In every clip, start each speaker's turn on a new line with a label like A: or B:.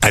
A: À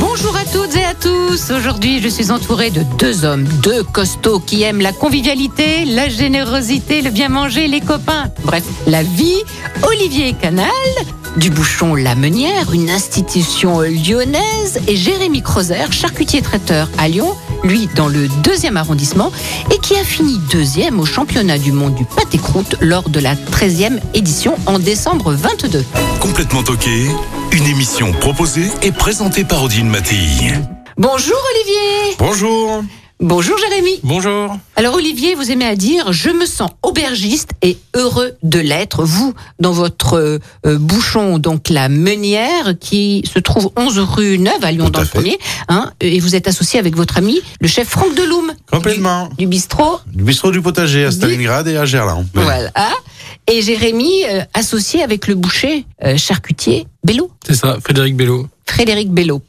B: Bonjour à toutes et à tous. Aujourd'hui, je suis entourée de deux hommes, deux costauds qui aiment la convivialité, la générosité, le bien manger, les copains. Bref, la vie. Olivier Canal, du Bouchon La Meunière, une institution lyonnaise, et Jérémy Crozer, charcutier traiteur à Lyon, lui dans le deuxième arrondissement, et qui a fini deuxième au championnat du monde du pâté croûte lors de la 13e édition en décembre 22.
A: Complètement toqué, une émission proposée et présentée par Odile Mattei.
B: Bonjour Olivier
C: Bonjour.
B: Bonjour Jérémy
C: Bonjour.
B: Alors Olivier, vous aimez à dire je me sens aubergiste et heureux de l'être. Vous, dans votre euh, euh, bouchon, donc la meunière qui se trouve 11 rue Neuve à Lyon
C: Tout
B: dans
C: à
B: le
C: fait.
B: premier, hein, et vous êtes associé avec votre ami le chef Franck Deloum
C: Complètement.
B: du bistrot.
C: Du bistrot du potager à
B: Du-
C: Stalingrad et à Gerland.
B: Voilà. Et Jérémy euh, associé avec le boucher euh, charcutier Bello,
D: C'est ça, Frédéric Bello.
B: Frédéric Bello.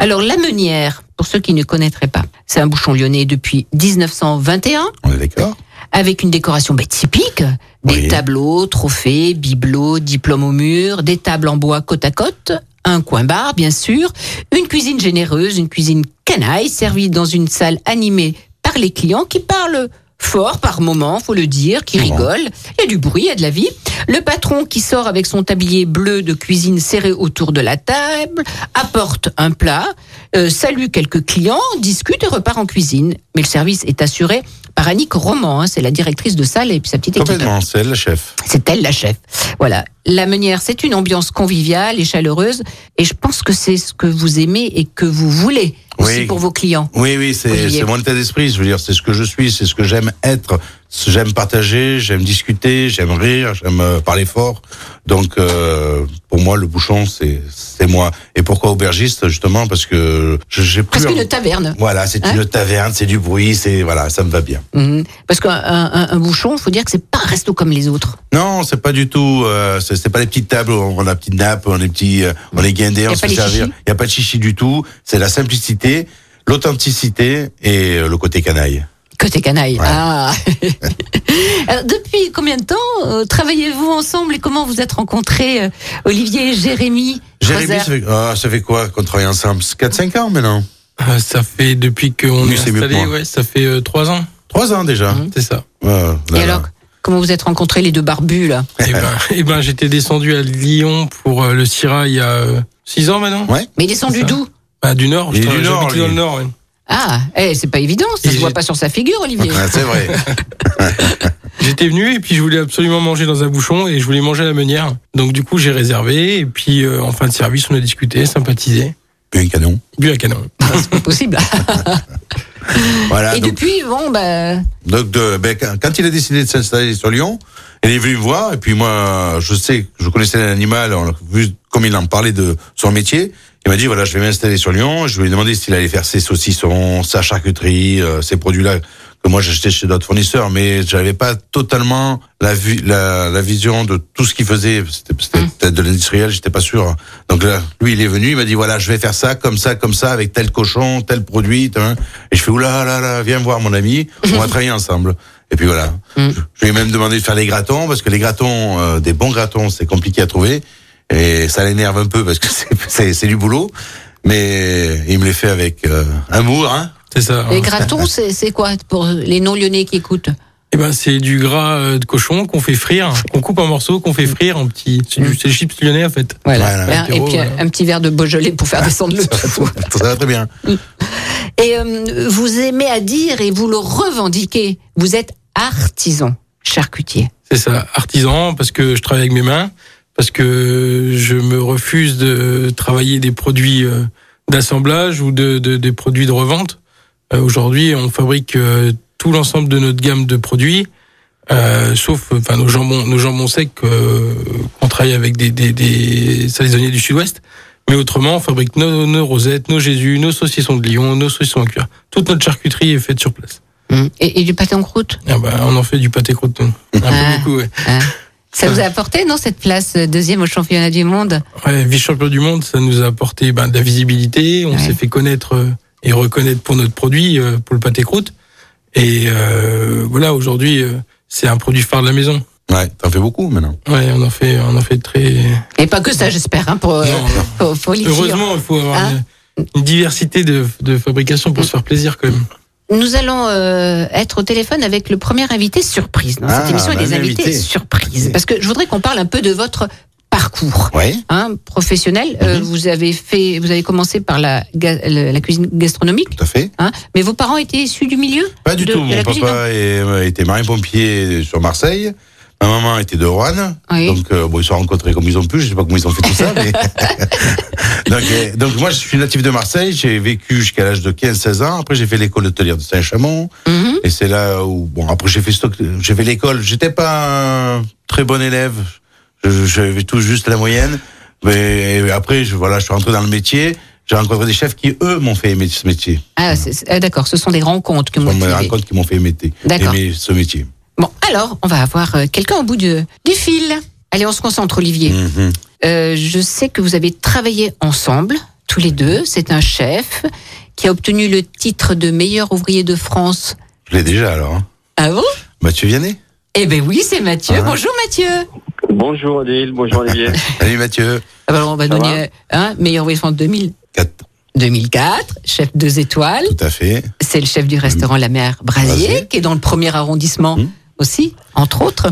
B: Alors la meunière, pour ceux qui ne connaîtraient pas, c'est un bouchon lyonnais depuis 1921.
C: On est d'accord
B: avec une décoration bah, typique, des
C: Oui.
B: tableaux, trophées, bibelots, diplômes au mur, des tables en bois côte à côte, un coin bar bien sûr, une cuisine généreuse, une cuisine canaille servie dans une salle animée par les clients qui parlent fort par moments, faut le dire, qui
C: Bon.
B: rigolent, il y a du bruit, il y a de la vie. Le patron qui sort avec son tablier bleu de cuisine serré autour de la table, apporte un plat, euh, salue quelques clients, discute et repart en cuisine. Mais le service est assuré par Annick Roman, hein, c'est la directrice de salle et puis sa petite équipe.
C: Complètement, c'est elle, la chef.
B: C'est elle la chef. Voilà. La meunière, c'est une ambiance conviviale et chaleureuse. Et je pense que c'est ce que vous aimez et que vous voulez aussi
C: Oui.
B: pour vos clients.
C: Oui, oui, c'est
B: Olivier.
C: c'est mon état d'esprit. Je veux dire, c'est ce que je suis, c'est ce que j'aime être. Ce- J'aime partager, j'aime discuter, j'aime rire, j'aime euh, parler fort. Donc, euh, pour moi, le bouchon, c'est c'est moi. Et pourquoi aubergiste justement Parce que je- j'ai plus.
B: Presque
C: envie-
B: une taverne.
C: Voilà, c'est
B: Hein
C: une taverne, c'est du bruit, c'est voilà, ça me va bien.
B: Mhm. Parce qu'un un- un- un bouchon, faut dire que c'est pas un resto comme les autres.
C: Non, c'est pas du tout. Euh, c'est c'est pas les petites tables, où on a la petite nappe, on est petit, euh, on est guindé,
B: a
C: on
B: pas
C: se
B: les
C: fait servir.
B: chichis.
C: Il y a pas de chichi du tout. C'est la simplicité, l'authenticité et euh, le côté canaille.
B: Côté canaille.
C: Ouais.
B: Ah. Alors, depuis combien de temps euh, travaillez-vous ensemble et comment vous êtes rencontrés, euh, Olivier et Jérémy
C: Jérémy, ça
B: Crozer
C: fait, ah, ça fait quoi qu'on travaille ensemble 4-5 ans maintenant
D: Euh, ça fait depuis qu'on
C: Oui,
D: est
C: c'est mieux que
D: installé,
C: moi.
D: ouais, ça fait euh, trois ans,
C: 3 ans déjà.
D: c'est ça.
C: Ouais, là,
B: Mmh. Et alors,
C: là.
B: comment vous êtes rencontrés les deux barbus là
D: et ben, eh ben, j'étais descendu à Lyon pour euh, le Syrah il y a euh, six ans maintenant.
C: Ouais.
B: Mais ils sont du
D: Ça.
B: doux.
D: Bah, du Nord,
C: Il est
D: je
C: du
D: travaille-
C: Nord,
D: j'habite dans
C: lui.
D: le Nord. ouais.
B: Ah, eh, c'est pas évident, ça
D: Et
B: se voit
D: j'ai-
B: pas sur sa figure, Olivier.
C: Ouais, Ah, c'est vrai.
D: J'étais venu et puis je voulais absolument manger dans un bouchon et je voulais manger à la meunière. Donc du coup, j'ai réservé et puis euh, en fin de service, on a discuté, sympathisé,
C: Puis un canon.
D: bu à canon.
B: C'est pas possible.
C: Voilà.
B: et
C: Ah, donc,
B: depuis, bon, bah,
C: Donc, de, ben, quand quand il a décidé de s'installer sur Lyon, il est venu me voir, et puis moi, je sais, je connaissais l'animal, on a vu comme il en parlait de son métier. Il m'a dit, voilà, je vais m'installer sur Lyon, je lui ai demandé s'il allait faire ses saucissons, sa charcuterie, euh, ces produits-là que moi j'achetais chez d'autres fournisseurs, mais j'avais pas totalement la, vue, la, la vision de tout ce qu'il faisait. C'était c'était peut-être de l'industriel, j'étais pas sûr. hein. Donc là, lui, il est venu, il m'a dit voilà, je vais faire ça, comme ça, comme ça, avec tel cochon, tel produit. tel- Et je fais oula, là, là, viens voir mon ami, on va travailler ensemble. Et puis voilà.
B: Mm.
C: Je- Je lui ai même demandé de faire les gratons, parce que les gratons, euh, des bons gratons, c'est compliqué à trouver. Et ça l'énerve un peu, parce que c'est- c'est c'est du boulot. Mais il me les fait avec euh, amour, hein.
D: C'est ça.
B: les gratons, c'est c'est quoi pour les non-lyonnais qui écoutent
D: Et ben, c'est du gras euh, de cochon qu'on fait frire, qu'on coupe en morceaux, qu'on fait frire en petits. C'est du- c'est le chips lyonnais en fait.
B: Voilà.
C: Voilà.
B: Hein,
C: Ah,
B: Et puis un petit verre de Beaujolais pour faire descendre le tout.
C: Ça va très bien.
B: Et euh, vous aimez à dire et vous le revendiquez, vous êtes artisan charcutier.
D: C'est ça, artisan, parce que je travaille avec mes mains, parce que je me refuse de travailler des produits euh, d'assemblage ou de, de- des produits de revente. Euh, Aujourd'hui, on fabrique euh, tout l'ensemble de notre gamme de produits, euh, sauf euh, enfin nos jambons, nos jambons secs euh, qu'on travaille avec des, des, des saisonniers du Sud-Ouest. Mais autrement, on fabrique nos, nos rosettes, nos Jésus, nos saucissons de Lyon, nos saucissons à cuire. Toute notre charcuterie est faite sur place.
C: Hmm.
B: Mm. Et, et du pâté en croûte
D: Ah bah, on en fait du pâté croûte. nous. Un
B: Ah.
D: peu beaucoup, ouais.
B: Ça vous a apporté, non, cette place euh, deuxième au championnat du monde
D: Ouais, vice-champion du monde, ça nous a apporté ben, de la visibilité. On
B: Ouais.
D: s'est fait connaître euh, et reconnaître pour notre produit, euh, pour le pâté croûte. Et euh, voilà, aujourd'hui, euh, c'est un produit phare de la maison.
C: Ouais, t'en fais beaucoup maintenant.
D: Ouais, on en fait, on en fait très.
B: Et pas que ça, j'espère, hein, pour, euh,
D: Non, non.
B: faut- faut les dire.
D: Heureusement, il faut avoir
B: Hein
D: une, une diversité de, de fabrication pour se faire plaisir quand même.
B: Nous allons euh, être au téléphone avec le premier invité surprise dans
C: Ah,
B: cette émission, et
C: bah,
B: des
C: un
B: invités
C: invité.
B: surprises. Parce que je voudrais qu'on parle un peu de votre parcours
C: Ouais.
B: hein, professionnel. Euh,
C: Mhm.
B: vous avez fait, vous avez commencé par la, ga- le- la cuisine gastronomique,
C: Tout à fait.
B: hein, mais vos parents étaient issus du milieu
C: Pas du
B: de-
C: tout.
B: de
C: Mon
B: la cuisine, hein.
C: papa est- euh, était marin-pompier sur Marseille. Ma maman était de Rouen.
B: Oui.
C: Donc, euh, bon, ils se sont rencontrés comme ils ont pu. Je sais pas comment ils ont fait tout ça, mais. donc, euh, donc, moi, je suis natif de Marseille. J'ai vécu jusqu'à l'âge de 15-16 ans. Après, j'ai fait l'école hôtelière de Saint-Chamond.
B: Mhm.
C: Et c'est là où, bon, après, j'ai fait, stock- j'ai fait l'école. J'étais pas un très bon élève. Je- je- J'avais tout juste la moyenne. Mais après, je, voilà, je suis rentré dans le métier. J'ai rencontré des chefs qui, eux, m'ont fait aimer ce métier.
B: Ah, c'est- c'est- ah, d'accord, ce sont des rencontres que vous
C: On me
B: motivez.
C: raconte qu'ils m'ont fait aimer-
B: D'accord.
C: aimer ce métier.
B: Bon, alors, on va avoir euh, quelqu'un au bout de, du fil. Allez, on se concentre, Olivier.
C: Mhm.
B: Euh, je sais que vous avez travaillé ensemble, tous les deux. C'est un chef qui a obtenu le titre de meilleur ouvrier de France.
C: Je l'ai déjà alors. hein.
B: Ah bon
C: Mathieu Vianney
B: Eh ben oui, c'est Mathieu.
C: Ah.
B: Bonjour Mathieu.
E: Bonjour Odile, bonjour Olivier.
C: Salut Mathieu.
B: Alors Ah bah, on va
E: Ça
B: donner un meilleur ouvrier de France 2000.
C: Quatre-
B: 2004, chef deux étoiles.
C: Tout à fait.
B: C'est le chef du restaurant La Mer Brasier,
C: Brasier.
B: qui est dans le premier arrondissement
C: Mmh.
B: aussi, entre autres.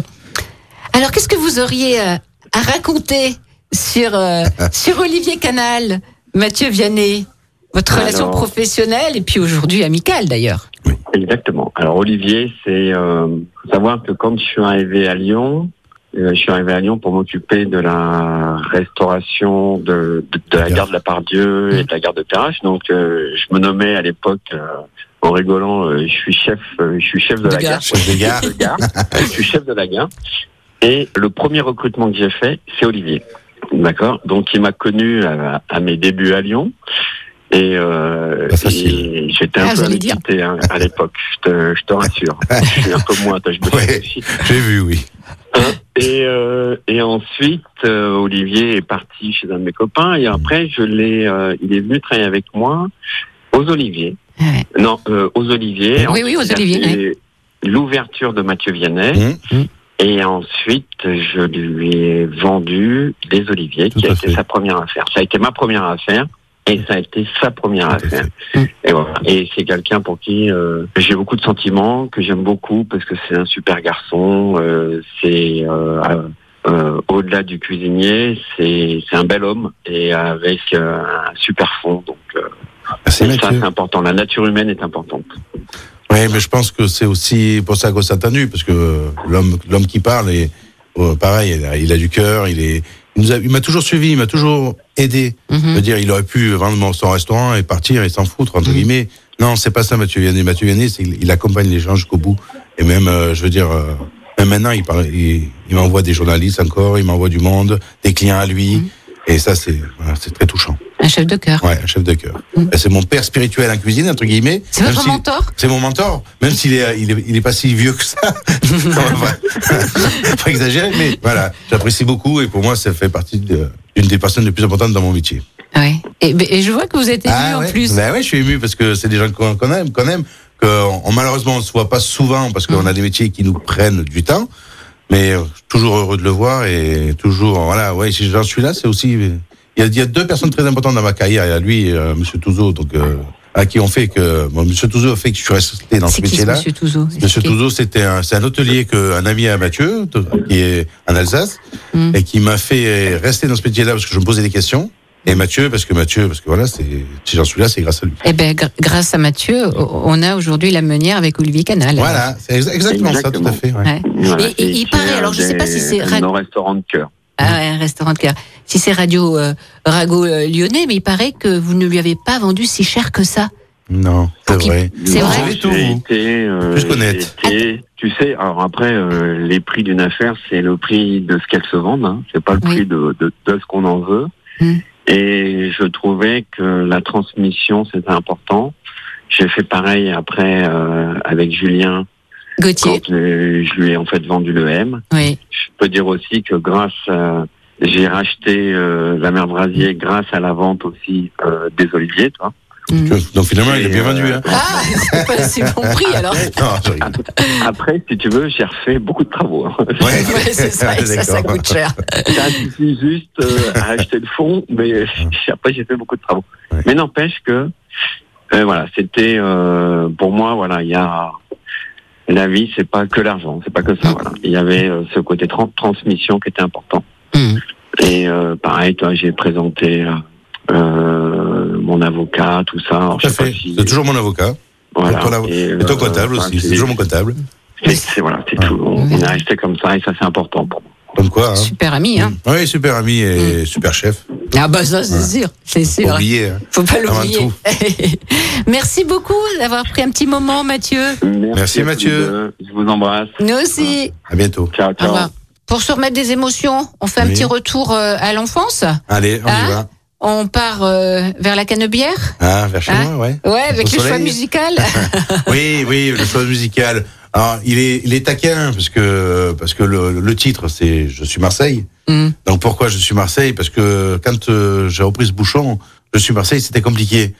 B: Alors qu'est-ce que vous auriez euh, à raconter sur, euh, sur Olivier Canal, Mathieu Vianney votre
E: Alors.
B: relation professionnelle et puis aujourd'hui amicale d'ailleurs.
E: Exactement. Alors Olivier, c'est euh, faut savoir que quand je suis arrivé à Lyon, euh, je suis arrivé à Lyon pour m'occuper de la restauration de, de, de la gare de la Pardieu et de la gare de Perrache. Donc euh, je me nommais à l'époque, euh, en rigolant, euh, je suis chef, euh, je suis chef de,
B: De
E: la
B: gare.
E: gare.
C: Chef de gare.
E: de gare. je suis chef de la gare. Et le premier recrutement que j'ai fait, c'est Olivier. D'accord. Donc il m'a connu à, à mes débuts à Lyon. Et, euh,
C: Pas facile.
E: et j'étais un
B: Ah,
E: peu
B: j'allais dire.
E: invité, hein, à l'époque, je te, je te rassure. je suis un peu moins, toi, je me
C: Ouais.
E: aussi.
C: J'ai vu, oui.
E: Et, euh, et ensuite, euh, Olivier est parti chez un de mes copains et après, je l'ai, euh, il est venu travailler avec moi aux Oliviers.
B: Ah Ouais.
E: Non, euh, aux Oliviers.
B: Oui, oui, aux
E: Ensuite,
B: Oliviers, Mmh.
E: c'est L'ouverture de Mathieu Vianney.
C: Mhm.
E: Et ensuite, je lui ai vendu les Oliviers,
C: Tout
E: qui a
C: à
E: été
C: fait.
E: sa première affaire. Ça a été ma première affaire. Et ça a été sa première
C: Tout à
E: affaire.
B: fait. Mm.
E: Et voilà. Et c'est quelqu'un pour qui euh, j'ai beaucoup de sentiments, que j'aime beaucoup parce que c'est un super garçon. euh, c'est euh, euh, au-delà du cuisinier, c'est c'est un bel homme et avec euh, un super fond. Donc euh,
C: Merci
E: et ça,
C: Mathieu.
E: c'est important. La nature humaine est importante.
C: Oui, mais je pense que c'est aussi pour ça qu'on s'est entendu, parce que euh, l'homme, l'homme qui parle est euh, pareil. Il a, il a du cœur. Il est. Il nous a- il m'a toujours suivi. Il m'a toujours aidé. Je veux
B: Mhm.
C: dire, il aurait pu vendre son restaurant et partir et s'en foutre entre
B: Mhm.
C: guillemets. Non, c'est pas ça, Mathieu Vianney. Mathieu Vianney, c'est- il, il accompagne les gens jusqu'au bout. Et même, euh, je veux dire, euh, même maintenant, il, parle- il, il m'envoie des journalistes encore, il m'envoie du monde, des clients à lui.
B: Mhm.
C: Et ça, c'est voilà, c'est très touchant.
B: Un chef de cœur.
C: Ouais, un chef de cœur.
B: Mhm.
C: Et C'est mon père spirituel en cuisine, entre guillemets.
B: C'est
C: Même
B: votre
C: si-
B: mentor
C: c'est mon mentor, même s'il est, euh, il est, il est pas si vieux que ça. On va pas, pas exagérer, mais voilà, j'apprécie beaucoup et pour moi, ça fait partie de- d'une des personnes les plus importantes dans mon métier.
B: Ouais. Et, ben, et je vois que vous êtes élu en
C: ouais.
B: plus.
C: Ben ouais, je suis ému parce que c'est des gens qu'on qu'on aime, qu'on aime, qu'on on- malheureusement on se voit pas souvent parce qu'on a des métiers qui nous prennent du temps. Mais euh, toujours heureux de le voir et toujours voilà, ouais, si j'en suis là, c'est aussi il y, a, il y a deux personnes très importantes dans ma carrière, il y a lui et euh, monsieur Touzeau donc euh, à qui on fait que bon, monsieur Touzeau a fait que je suis resté dans ce
B: C'est qui ce
C: métier-là.
B: monsieur Touzeau
C: Monsieur
B: Expliquez.
C: Touzeau, c'était un, c'est un hôtelier que un ami à Mathieu, de- qui est en Alsace,
B: Mm.
C: et qui m'a fait rester dans ce métier-là parce que je me posais des questions. Et Mathieu, parce que Mathieu, parce que voilà, c'est, si j'en suis là, c'est grâce à lui.
B: Eh ben, gr- grâce à Mathieu, o- on a aujourd'hui la meunière avec Olivier Canal.
C: Voilà, c'est exa- exactement, ça, tout à fait. ouais.
B: Ouais.
E: Voilà.
B: Et- et il
E: c'est
B: paraît,
E: un
B: alors, je sais pas si
E: des-
B: c'est ra-
E: nos restaurants de cœur.
B: Ah ouais, un restaurant de cœur. Si c'est Radio euh, Rago euh, Lyonnais, mais il paraît que vous ne lui avez pas vendu si cher que ça.
C: Non, c'est
B: Faut qu'il-
C: vrai.
B: C'est
E: Non,
B: vrai
C: Vous savez tout,
E: j'ai
C: vous.
E: été, euh,
C: Plus connaître.
E: j'ai été- tu sais, alors après, euh, les prix d'une affaire, c'est le prix de ce qu'elle se vend. Hein. C'est pas le
B: Oui.
E: prix de, de, de ce qu'on en veut.
B: Mm.
E: Et je trouvais que la transmission, c'était important. J'ai fait pareil après euh, avec Julien
B: Gauthier.
E: quand euh, je lui ai en fait vendu le M.
B: Oui.
E: Je peux dire aussi que grâce à- j'ai racheté euh, la mère Brasier grâce à la vente aussi euh, des oliviers, toi.
B: Mm.
C: Donc finalement, il est
E: Et,
C: bien vendu.
E: euh,
C: Hein.
B: Ah, c'est pas si bon prix
C: Ah.
B: alors.
C: Non, je rigole.
E: Après, si tu veux, j'ai refait beaucoup de travaux. hein.
C: Ouais.
B: Ouais, c'est ça, et ça, ça
C: D'accord.
B: coûte cher.
E: Ça a suffi juste euh, à acheter le fond, mais euh, après j'ai fait beaucoup de travaux.
C: Ouais.
E: Mais n'empêche que euh, voilà, c'était euh, pour moi voilà, il y a la vie, c'est pas que l'argent, c'est pas que ça. Voilà, il y avait euh, ce côté tran- transmission qui était important.
B: Mm.
E: Et euh, pareil, toi, j'ai présenté euh, euh, mon avocat, tout ça. Alors,
C: Tout à
E: je sais
C: fait.
E: pas si-
C: C'est toujours mon avocat.
E: voilà.
C: ton avo-
E: Et,
C: Et ton
E: euh,
C: comptable
E: enfin,
C: aussi. C'est
E: c'est-
C: toujours mon comptable.
E: c'est- c'est- voilà, c'est tout. On,
B: Ouais.
E: on est resté comme ça et ça c'est important pour moi.
C: Comme quoi. Hein.
B: Super ami, hein.
C: Oui, super ami et super chef.
B: Ah bah ça, c'est sûr, c'est
C: Pas
B: sûr.
C: oublié. hein.
B: Faut pas
C: Mm. Avant
B: l'oublier.
C: tout.
B: Merci beaucoup d'avoir pris un petit moment, Mathieu.
C: Merci,
E: à tous
C: Mathieu.
E: deux. Je vous embrasse.
B: Nous aussi.
C: À bientôt.
E: Ciao,
B: Au
E: ciao.
B: revoir. Pour se remettre des émotions, on fait un
C: Oui.
B: petit retour euh, à l'enfance.
C: Allez, on
B: Hein
C: y va.
B: On part euh, vers la canebière.
C: Ah, vers chez
B: Hein
C: moi, ouais.
B: Ouais, avec
C: Au
B: les choix
C: soleil.
B: musicaux.
C: Oui, oui, le choix musical. Alors, il est, il est taquin parce que parce que le, le titre c'est Je suis Marseille.
B: Mm.
C: Donc pourquoi je suis Marseille Parce que quand euh, j'ai repris ce bouchon, je suis Marseille, c'était compliqué.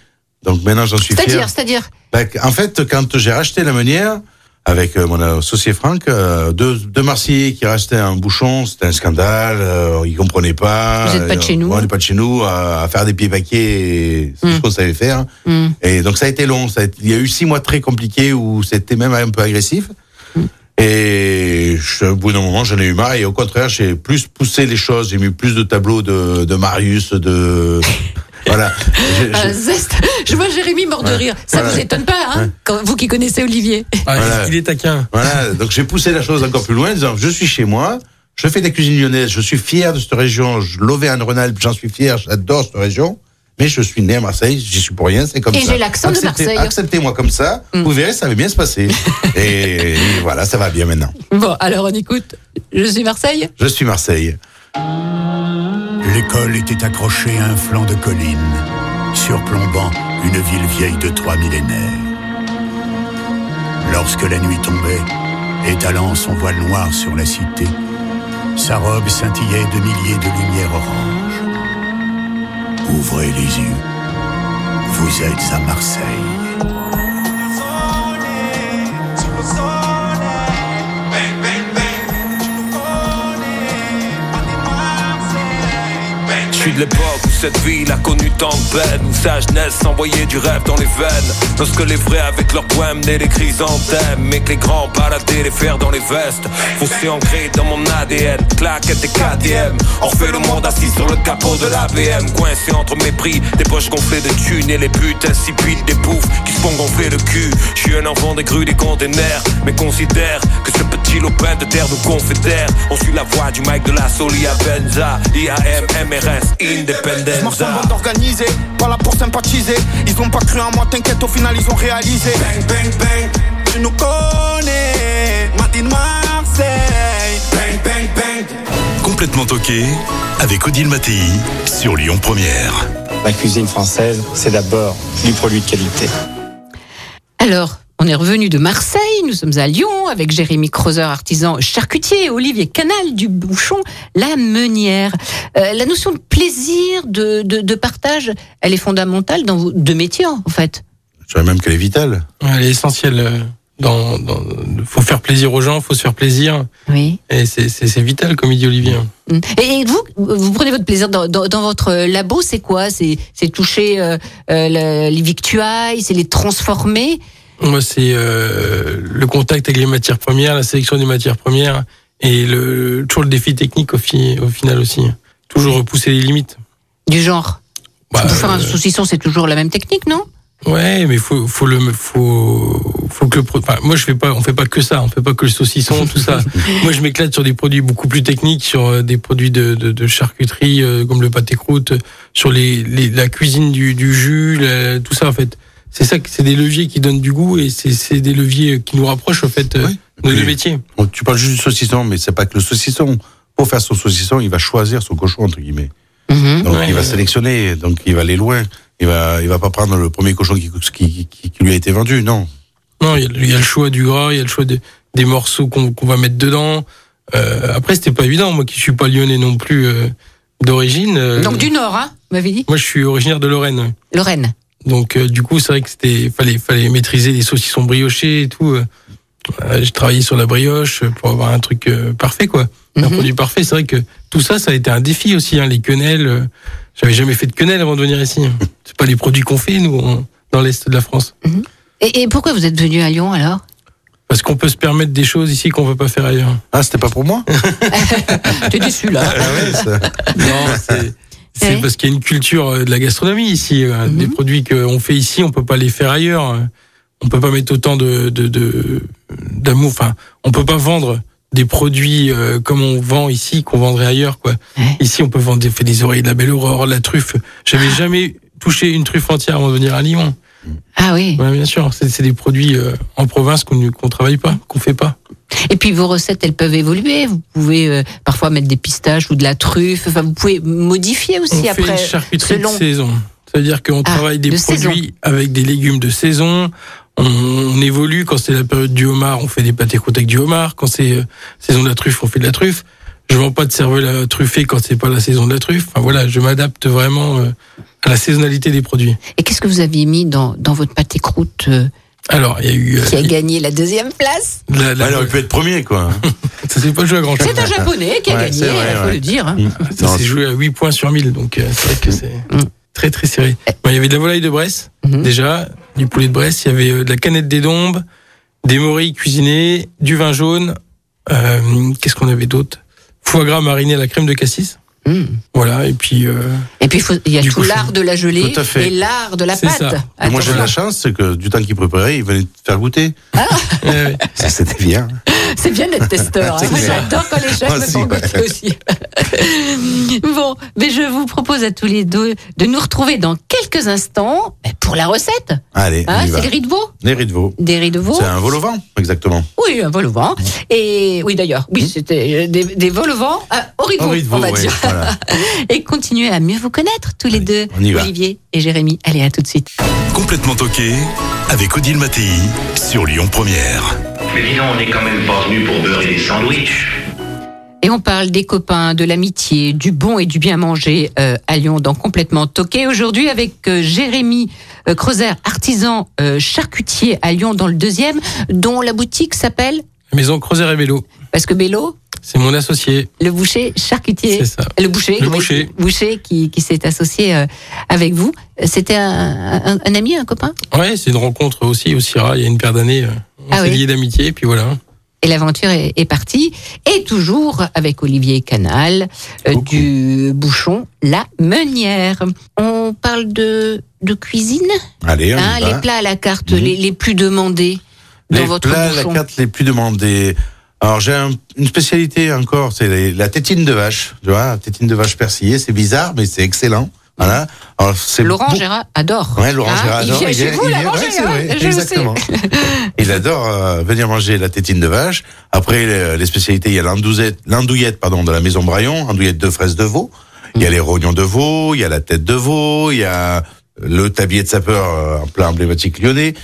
C: Donc maintenant j'en suis fier.
B: C'est-à-dire, c'est-à-dire.
C: Bah, qu- en fait, quand j'ai racheté la meunière avec euh, mon associé Franck, euh, deux, deux Marseillais qui rachetaient un bouchon, c'était un scandale. euh, ils comprenaient pas.
B: Vous êtes pas de
C: Euh,
B: chez nous. hein?
C: On n'est pas de chez nous à, à faire des pieds paquets. C'est
B: Mm.
C: tout ce qu'on savait faire.
B: Mm.
C: Et donc ça a été long. Ça a été- il y a eu six mois très compliqués où c'était même un peu agressif. Et je- au bout d'un moment, j'en ai eu marre. Et au contraire, j'ai plus poussé les choses. J'ai mis plus de tableaux de, de Marius, de voilà. J'ai-
B: Un
C: j'ai-
B: Ah, zeste. Je vois Jérémy mort de
C: Ouais.
B: rire. Ça
C: Voilà.
B: vous étonne pas, hein, quand- vous qui connaissez Olivier.
D: Ah,
C: Voilà.
D: Il est taquin.
C: Voilà, donc j'ai poussé la chose encore plus loin en disant je suis chez moi, je fais de la cuisine lyonnaise, je suis fier de cette région, je Lauvergne-Rhône-Alpes, j'en suis fier, j'adore cette région, mais je suis né à Marseille, j'y suis pour rien, c'est comme
B: Et
C: ça.
B: j'ai l'accent de
C: Acceptez-
B: Marseille. Mm.
C: Acceptez-moi comme ça, vous verrez, ça va bien se passer. et, voilà, ça va bien maintenant.
B: Bon, alors on écoute. Je suis Marseille.
C: Je suis Marseille.
F: L'école était accrochée à un flanc de colline, surplombant une ville vieille de trois millénaires. Lorsque la nuit tombait, étalant son voile noir sur la cité, sa robe scintillait de milliers de lumières oranges. Ouvrez les yeux, vous êtes à Marseille.
G: Je suis de l'époque où cette ville a connu tant de peine Où sa jeunesse s'envoyait du rêve dans les veines Lorsque les vrais avec leurs poèmes et les chrysanthèmes Mais que les grands baladaient les fers dans les vestes Foncé ancré dans mon ADN, claquette et KDM On fait le monde assis sur le capot de la BM Coincé entre mépris, des poches gonflées de thunes Et les buts insipides des bouffes qui se font gonfler le cul Je suis un enfant des grues, des containers Mais considère que ce petit lopin de terre nous confédère On suit la voie du Mike de la Solia Benza IAM, MRS,
H: Je marche en
G: Independenza
H: bande organisée, pas là pour sympathiser. Ils ont pas cru en moi, t'inquiète, au final ils ont réalisé. Bang, bang, bang, tu nous connais, Martine Marseille. Bang, bang, bang.
A: Complètement toqué avec Odile Mattei sur Lyon Première.
I: La cuisine française, c'est d'abord du produit de qualité.
B: Alors, on est revenu de Marseille, nous sommes à Lyon avec Jérémy Crozer, artisan charcutier, Olivier Canal du Bouchon, la meunière. Euh, la notion de plaisir, de, de, de partage, elle est fondamentale dans vos deux métiers en fait.
C: Je dirais même qu'elle est vitale.
D: Ouais, Elle est essentielle. euh, Dans, dans- faut faire plaisir aux gens, faut se faire plaisir.
B: Oui.
D: Et c'est- c'est c'est vital, comme il dit Olivier. hein.
B: Et, Mm. et vous, vous prenez votre plaisir dans, dans, dans votre euh, labo, c'est quoi C'est c'est toucher euh, euh, le- les victuailles, c'est les transformer.
D: Moi, c'est euh, le contact avec les matières premières, la sélection des matières premières et le, toujours le défi technique au, fi- au final aussi. Toujours repousser les limites.
B: Du genre,
D: Bah,
B: pour faire un
D: euh,
B: saucisson, c'est toujours la même technique, non
D: Ouais, mais faut, faut le, faut, faut que le. pro- Enfin, moi, je fais pas, on fait pas que ça, on fait pas que le saucisson, tout ça. moi, je m'éclate sur des produits beaucoup plus techniques, sur euh, des produits de, de, de charcuterie euh, comme le pâté croûte, sur les, les la cuisine du, du jus, la- tout ça en fait. C'est ça, que- c'est des leviers qui donnent du goût et c'est, c'est des leviers qui nous rapprochent en fait euh,
C: Oui.
D: de
C: Puis-
D: nos métiers.
C: Bon, tu parles juste du saucisson, mais c'est pas que le saucisson. Pour faire son saucisson, il va choisir son cochon, entre guillemets. Donc
D: Ouais.
C: il va sélectionner, donc il va aller loin. il va, il va pas prendre le premier cochon qui, qui, qui- qui lui a été vendu, non.
D: Non, il y, a le- il y a le choix du gras, il y a le choix de- des morceaux qu'on qu'on va mettre dedans. Euh, après, c'était pas évident, moi qui suis pas lyonnais non plus euh, d'origine. euh,
B: Donc du Nord, hein, vous m'avez dit
D: Moi, je suis originaire de Lorraine.
B: Lorraine.
D: Donc, euh, du coup, c'est vrai que c'était fallait fallait maîtriser les saucissons briochés et tout. euh. Euh, J'ai travaillé sur la brioche pour avoir un truc euh, parfait, quoi. Un
B: Mhm.
D: produit parfait. C'est vrai que tout ça, ça a été un défi aussi. Hein. Les quenelles, euh, j'avais jamais fait de quenelles avant de venir ici. C'est pas les produits qu'on fait nous en- dans l'est de la France.
B: Et, et pourquoi vous êtes venu à Lyon alors
D: Parce qu'on peut se permettre des choses ici qu'on ne peut pas faire ailleurs.
C: Ah, c'était pas pour moi
B: T'es déçu là.
C: Ah ouais, ça-
D: Non, c'est- c'est
B: Ouais. Mhm.
D: parce qu'il y a une culture euh, de la gastronomie ici. euh, Des produits qu'on fait ici, on peut pas les faire ailleurs. euh, On peut pas mettre autant de de- de- d'amour. enfin, on peut pas vendre des produits euh, comme on vend ici qu'on vendrait ailleurs. Quoi.
B: Ouais.
D: Ici, on peut vendre des, fait des oreilles de la belle aurore, la truffe. J'avais jamais touché une truffe entière avant de venir à Lyon.
B: Ah oui.
D: Ouais, bien sûr, c'est c'est des produits euh, en province qu'on ne qu'on travaille pas, qu'on fait pas.
B: Et puis vos recettes, elles peuvent évoluer. Vous pouvez euh, parfois mettre des pistaches ou de la truffe. Enfin, vous pouvez modifier
D: On
B: aussi
D: fait
B: après.
D: une charcuterie
B: selon-
D: de saison. C'est-à-dire qu'on
B: Ah,
D: travaille des
B: de
D: produits
B: saison.
D: avec des légumes de saison. On, on évolue. Quand c'est la période du homard, on fait des pâtés croûtes avec du homard. Quand c'est euh, saison de la truffe, on fait de la truffe. Je vends pas de cervelle à truffer quand c'est pas la saison de la truffe. Enfin, voilà, je m'adapte vraiment euh, à la saisonnalité des produits.
B: Et qu'est-ce que vous aviez mis dans, dans votre pâté croûte euh,
D: Alors, il y a eu euh,
B: qui a gagné la deuxième place
D: la- la-
C: Bah, il aurait pu être premier, quoi.
D: ça s'est pas joué à grand chose.
B: C'est un japonais qui a
C: Ouais,
B: gagné,
C: c'est
B: il
C: vrai,
B: faut
C: ouais.
B: le dire. hein.
D: Ça
C: Non, Mm.
D: s'est joué à 8 points sur 1000, donc euh, c'est vrai que c'est très très serré.
C: Eh.
D: Bon, il y avait de la volaille de Bresse,
C: Mm-hmm.
B: Mhm.
D: déjà, du poulet de Bresse, il y avait euh, de la canette des dombes, des morilles cuisinées, du vin jaune, euh, qu'est-ce qu'on avait d'autre Foie gras mariné à la crème de cassis.
B: Mm.
D: Voilà, et puis... euh,
B: Et puis, il faut- il y a
D: Du
B: tout
D: coup,
B: l'art de la gelée
C: Tout à fait.
B: et l'art de la
D: C'est
B: pâte.
D: ça.
C: Et moi,
B: Attention.
C: j'ai de la chance, c'est que du temps qu'il préparait, il venait te faire goûter.
D: euh,
C: Ça, c'était bien.
B: C'est bien d'être testeur. hein.
C: C'est
B: Moi,
C: clair.
B: J'adore quand les chefs
C: Moi
B: me
C: aussi,
B: font
C: ouais.
B: goûter aussi. bon, mais je vous propose à tous les deux de nous retrouver dans quelques instants ben, pour la recette.
C: Allez,
B: Hein,
C: on y va.
B: c'est le riz de veau,
C: Les riz de veau.
B: des riz de veau.
C: C'est un vol au vent, exactement.
B: Oui, un vol au vent. Et oui, d'ailleurs, oui, c'était euh, des, des vols au vent euh, au riz de veau,
C: Mmh. riz de
B: on va
C: ouais,
B: dire.
C: voilà.
B: Et continuez à mieux vous connaître tous les deux,
C: on y va.
B: Olivier et Jérémy. Allez, à tout de suite.
A: Complètement toqué avec Odile Mattei sur Lyon Première.
J: Mais dis donc, on n'est quand même pas venu pour beurrer des sandwichs.
B: Et on parle des copains, de l'amitié, du bon et du bien manger euh, à Lyon dans Complètement Toqué. Aujourd'hui avec euh, Jérémy euh, Creuser, artisan euh, charcutier à Lyon dans le deuxième, dont la boutique s'appelle,
D: la maison Creuser et Vélo,
B: parce que Bélo,
D: c'est mon associé,
B: le boucher charcutier.
D: c'est ça.
B: Le boucher,
D: Le
B: oui,
D: boucher.
B: boucher qui, qui s'est associé euh, avec vous. C'était un, un- un ami, un copain
D: Ouais, c'est une rencontre aussi au Syrah, il y a une paire d'années, euh, on
B: Ah
D: s'est
B: oui.
D: liés d'amitié, et puis voilà.
B: Et l'aventure est, est partie. Et toujours avec Olivier Canal euh,
C: Beaucoup.
B: du bouchon La Meunière. On parle de, de cuisine,
C: Allez, on
B: hein,
C: y va.
B: les plats à la carte,
C: Mhm.
B: les, les plus demandés dans
C: les
B: votre
C: plats,
B: bouchon.
C: la carte les plus demandés. Alors j'ai un- une spécialité encore, c'est les- la tétine de vache. Tu vois, la tétine de vache persillée, c'est bizarre, mais c'est excellent. Voilà. Alors c'est
B: Laurent
C: beau-
B: Gérard adore.
C: Ouais, Laurent
B: Hein,
C: Gérard
B: il
C: adore.
B: vient chez
C: est-
B: vous la
C: est-
B: manger,
C: ouais, c'est
B: hein,
C: vrai,
B: je le sais.
C: exactement. il adore euh, venir manger la tétine de vache. Après les, les spécialités, il y a l'andouzette- l'andouillette, pardon, de la maison Braillon, andouillette de fraises de veau. Il y
B: Mm.
C: a les rognons de veau, il y a la tête de veau, il y a le tablier de sapeur, euh, un plat emblématique lyonnais.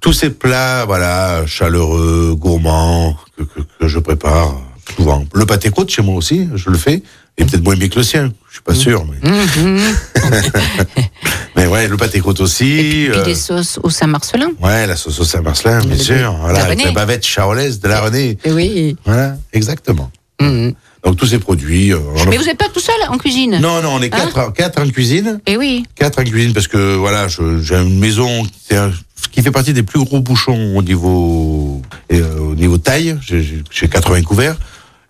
C: Tous ces plats, voilà, chaleureux, gourmands, que, que- que je prépare souvent. Le pâté côte chez moi aussi, je le fais. Et peut-être moins bien que le sien, je suis pas
B: Mm.
C: sûr. Mais,
B: Mhm.
C: mais ouais, le pâté côte aussi.
B: Et puis
C: euh,
B: des sauces au Saint-Marcelin.
C: Ouais, la sauce au Saint-Marcelin, bien
B: Le-
C: sûr.
B: de
C: Voilà,
B: la
C: avec la
B: Renée.
C: bavette charolaise de la Renée.
B: Oui.
C: Voilà, exactement.
B: Mhm.
C: Donc tous ces produits. euh, on en-
B: Mais vous Hein n'êtes pas tout seul en cuisine
C: Non, non, on est quatre, en- quatre en cuisine.
B: Eh oui.
C: Quatre en cuisine parce que voilà, je- j'ai une maison qui, c'est un- qui fait partie des plus gros bouchons au niveau et, euh, au niveau taille. J'ai- J'ai j'ai 80 couverts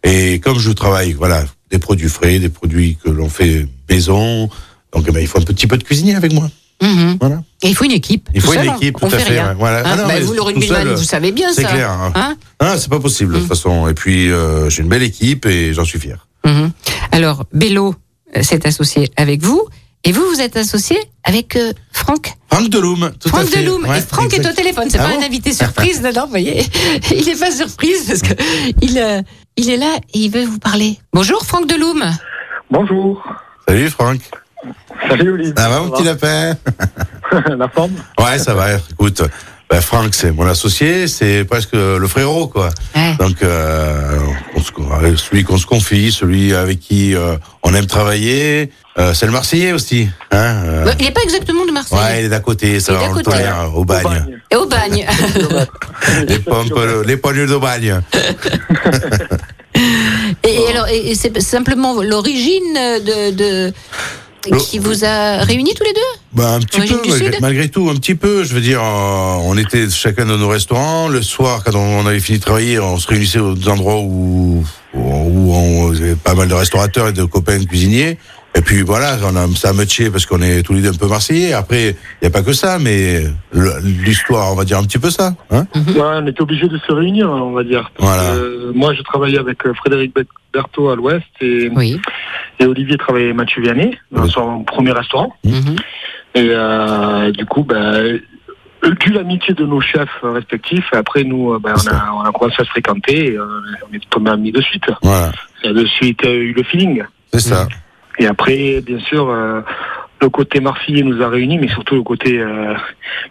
C: et comme je travaille, voilà, des produits frais, des produits que l'on fait maison. Donc eh ben, il faut un petit peu de cuisinier avec moi.
B: Mhm.
C: Voilà.
B: Et il faut une équipe.
C: Il
B: Tout
C: faut une
B: seul, hein.
C: équipe,
B: on
C: tout à
B: fait
C: fait.
B: rien.
C: ouais, voilà.
B: Hein,
C: Ah non,
B: bah,
C: mais
B: vous, le
C: tout
B: rugbyman,
C: seul,
B: vous savez bien
C: C'est
B: ça.
C: clair. hein.
B: Hein
C: Ah, c'est pas possible de toute façon. Et puis euh, j'ai une belle équipe et j'en suis fier.
B: Mhm. Alors, Bello euh, s'est associé avec vous. Et vous, vous êtes associé avec euh, Franck.
C: Franck Deloum, tout à
B: Franck
C: fait.
B: Deloum.
C: Ouais,
B: et Franck
C: exact.
B: est au téléphone. C'est
C: Ah
B: pas
C: bon
B: un invité surprise, non, non, vous voyez. Il est pas surprise parce que il, euh, il est là et il veut vous parler. Bonjour, Franck Deloum.
E: Bonjour.
C: Salut Franck.
K: Salut Olivier.
C: Ça va, mon petit lapin Ah.
K: La forme
C: Ouais, ça va. Écoute, ben, Franck, c'est mon associé, c'est presque le frérot, quoi. Donc, euh, on se- celui qu'on se confie, celui avec qui euh, on aime travailler, euh, c'est le Marseillais aussi. Hein euh,
B: Ouais, Il n'est pas exactement de Marseille.
C: ouais, il est d'à côté, ça
B: Il est
C: va,
B: d'à
C: on le
B: côté.
C: tolère, au bagne.
B: Et au bagne.
C: Les pommes, les poignons de bagne.
B: et, et alors, et- et c'est simplement l'origine de, de- qui vous a réunis tous les deux
C: Bah, un petit
B: Origine
C: peu,
B: du
C: malgré,
B: Sud
C: malgré tout, un petit peu. Je veux dire, euh, on était chacun dans nos restaurants. Le soir, quand on on avait fini de travailler, on se réunissait aux endroits où, où on il y avait pas mal de restaurateurs et de copains cuisiniers. Et puis voilà, on a, ça a matché parce qu'on est tous les deux un peu marseillais. Après, il n'y a pas que ça, mais le- l'histoire, on va dire un petit peu ça. Hein
E: Ouais, on était obligé de se réunir, hein, on va dire. Parce que, euh, moi, je travaillais avec euh, Frédéric Be- Berthaud à l'ouest et, et Olivier travaillait avec Mathieu Vianney dans son premier restaurant.
B: Mhm.
E: Et euh, du coup, bah, dû l'amitié de nos chefs euh, respectifs, après nous, euh, bah, on, a, on a commencé à se fréquenter et euh, on est tombés amis de suite.
C: Voilà,
E: On a de suite euh, eu le feeling.
C: c'est ça.
E: Et après, bien sûr, euh, le côté marseillais nous a réunis, mais surtout le côté euh,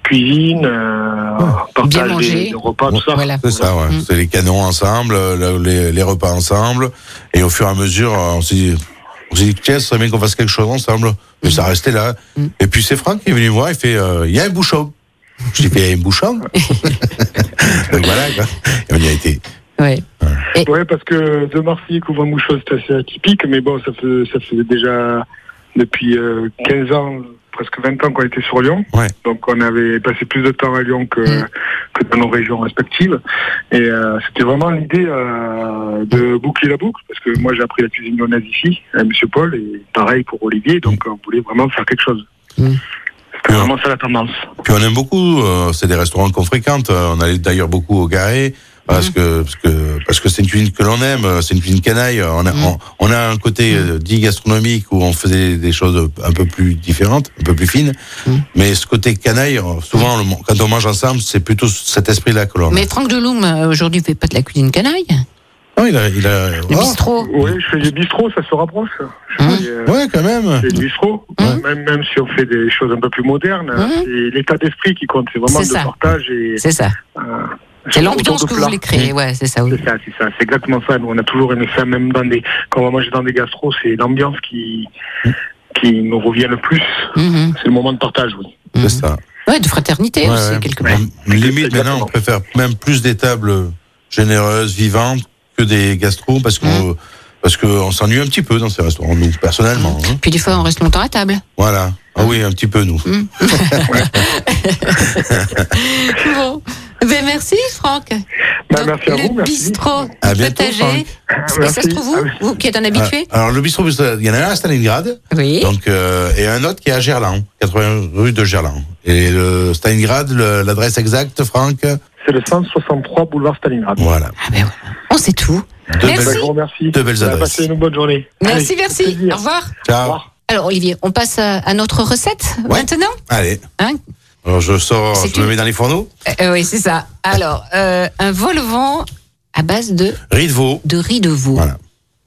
E: cuisine, euh, partage des, des repas, tout ça.
C: C'est ça, ouais. C'est les canons ensemble, euh, le- les, les repas ensemble. Et au fur et à mesure, euh, on s'est dit, on s'est dit, tiens, ça serait bien qu'on fasse quelque chose ensemble. Mais ça restait là. Et puis c'est Franck qui est venu me voir, il fait, euh, il y a un bouchon. Je dis, il y a un bouchon. Donc voilà, quoi. Et on y a été.
B: Ouais.
E: Ouais, parce que de Marseille couvre un mouchon, c'est assez atypique, mais bon, ça faisait, ça faisait déjà depuis euh, 15 ans, presque 20 ans qu'on était sur Lyon. Donc on avait passé plus de temps à Lyon que, que dans nos régions respectives. Et euh, c'était vraiment l'idée euh, de boucler la boucle, parce que moi j'ai appris la cuisine lyonnaise ici, à Monsieur Paul, et pareil pour Olivier, donc on voulait vraiment faire quelque chose. C'était vraiment ça la tendance.
C: Puis on aime beaucoup, euh, c'est des restaurants qu'on fréquente. Euh, On allait d'ailleurs beaucoup au Garé parce que parce que parce que c'est une cuisine que l'on aime, euh, c'est une cuisine canaille. Euh, On a on, on a un côté euh, dit gastronomique où on faisait des choses un peu plus différentes, un peu plus fines. Mais ce côté canaille, euh, souvent on le man- quand on mange ensemble, c'est plutôt cet esprit-là que l'on.
B: Mais Franck Deloum, euh, aujourd'hui, ne fait pas de la cuisine canaille.
C: Non, Oh, il a il a.
B: Le bistrot. Hein
E: Oui, je fais du bistrot, ça se rapproche.
B: Mm.
E: euh,
C: ouais, quand même.
E: C'est du bistrot. Même, même si on fait des choses un peu plus modernes, hein, c'est l'état d'esprit qui compte. C'est vraiment
B: Hein C'est ça.
E: le partage et.
B: C'est ça.
E: euh,
B: C'est l'ambiance
E: autour de
B: que vous
E: plats.
B: voulez créer, ouais, c'est ça.
E: C'est ça, c'est ça. C'est exactement ça. Nous, on a toujours aimé ça, même dans des. Quand on va manger dans des gastros, c'est l'ambiance qui qui nous revient le plus. C'est le moment de partage, oui.
C: C'est ça.
B: Mhm. Ouais, de fraternité aussi, quelque part.
C: Limite, maintenant, on préfère même plus des tables généreuses, vivantes, que des gastros, parce qu'on
B: Mmh.
C: parce qu'on s'ennuie un petit peu dans ces restaurants, nous, personnellement. hein.
B: Puis des fois, on reste longtemps à table.
C: Voilà. Ah oui, un petit peu, nous.
B: bon. Ben, merci, Franck.
E: merci
B: à vous. Le bistrot
C: À bientôt,
B: partagé.
E: Ah,
B: Et Ah, ça se trouve où Vous qui êtes un habitué
C: Alors, le bistrot, il y en a un à Stalingrad.
B: Oui.
C: Donc, euh, et un autre qui est à Gerland, 80 rue de Gerland. Et le Stalingrad, le- l'adresse exacte, Franck
E: C'est le 163 boulevard Stalingrad.
C: Voilà.
B: Ah, ben, On sait tout.
C: Deux
B: Merci.
C: belles-
E: Je vous remercie.
C: Deux belles adresses.
E: Passez une bonne journée.
B: Merci, merci. Au revoir.
C: Ciao.
B: Alors, Olivier, on passe à à notre recette maintenant
C: Allez.
B: Hein
C: Alors, je sors, je me mets dans les fourneaux.
B: Euh, euh, Oui, c'est ça. Alors, euh, un vol au vent à base de
C: Riz de veau.
B: De riz de veau.
C: Voilà.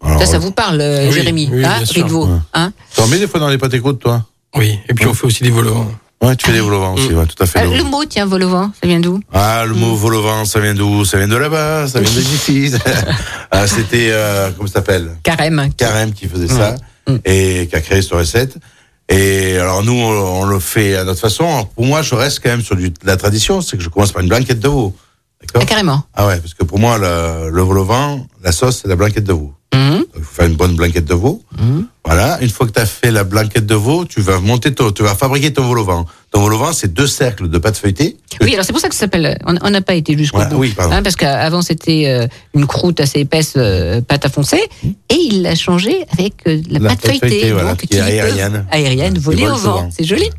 C: Alors,
B: ça, ça vous parle, euh,
C: oui,
B: Jérémy
C: oui,
B: hein,
C: bien
B: Riz
C: sûr.
B: de veau.
C: Ouais.
B: hein
C: T'en mets des fois dans les pâtes écoutes, toi
D: Oui, et puis on fait aussi des vols hein.
C: Ouais, tu fais des vols au vent aussi, ouais, tout à fait.
B: Euh,
C: le-
B: le mot, tiens, vol au vent, ça vient d'où
C: Ah, le mot vol au vent, ça vient d'où Ça vient de là-bas, ça vient de d'ici. ah, C'était, euh, comment ça s'appelle
B: Carême.
C: Carême qui faisait ça
B: Mm.
C: et qui a créé cette recette. Et alors nous, on, on le fait à notre façon. Alors, pour moi, je reste quand même sur du- de la tradition, c'est que je commence par une blanquette de veau. D'accord
B: Carrément.
C: Ah ouais, parce que pour moi, le, le vol au vent, la sauce, c'est la blanquette de veau.
B: Mhm.
C: Il faut faire une bonne blanquette de veau.
B: Mm.
C: Voilà, une fois que tu as fait la blanquette de veau, tu vas monter ton, tu vas fabriquer ton vol au vent. Ton vol au vent, c'est deux cercles de pâte feuilletée.
B: Oui, alors c'est pour ça que ça s'appelle. On on n'a pas été jusqu'au
C: Voilà,
B: bout.
C: oui, pardon.
B: Hein, parce qu'avant, c'était euh, une croûte assez épaisse, euh, pâte à foncer. Et il l'a changée avec euh, de la,
C: La
B: pâte
C: pâte
B: feuilletée.
C: feuilletée, voilà,
B: donc,
C: qui est
B: peut-
C: aérienne.
B: Aérienne, volée
C: vole
B: au
C: souvent.
B: vent. C'est joli.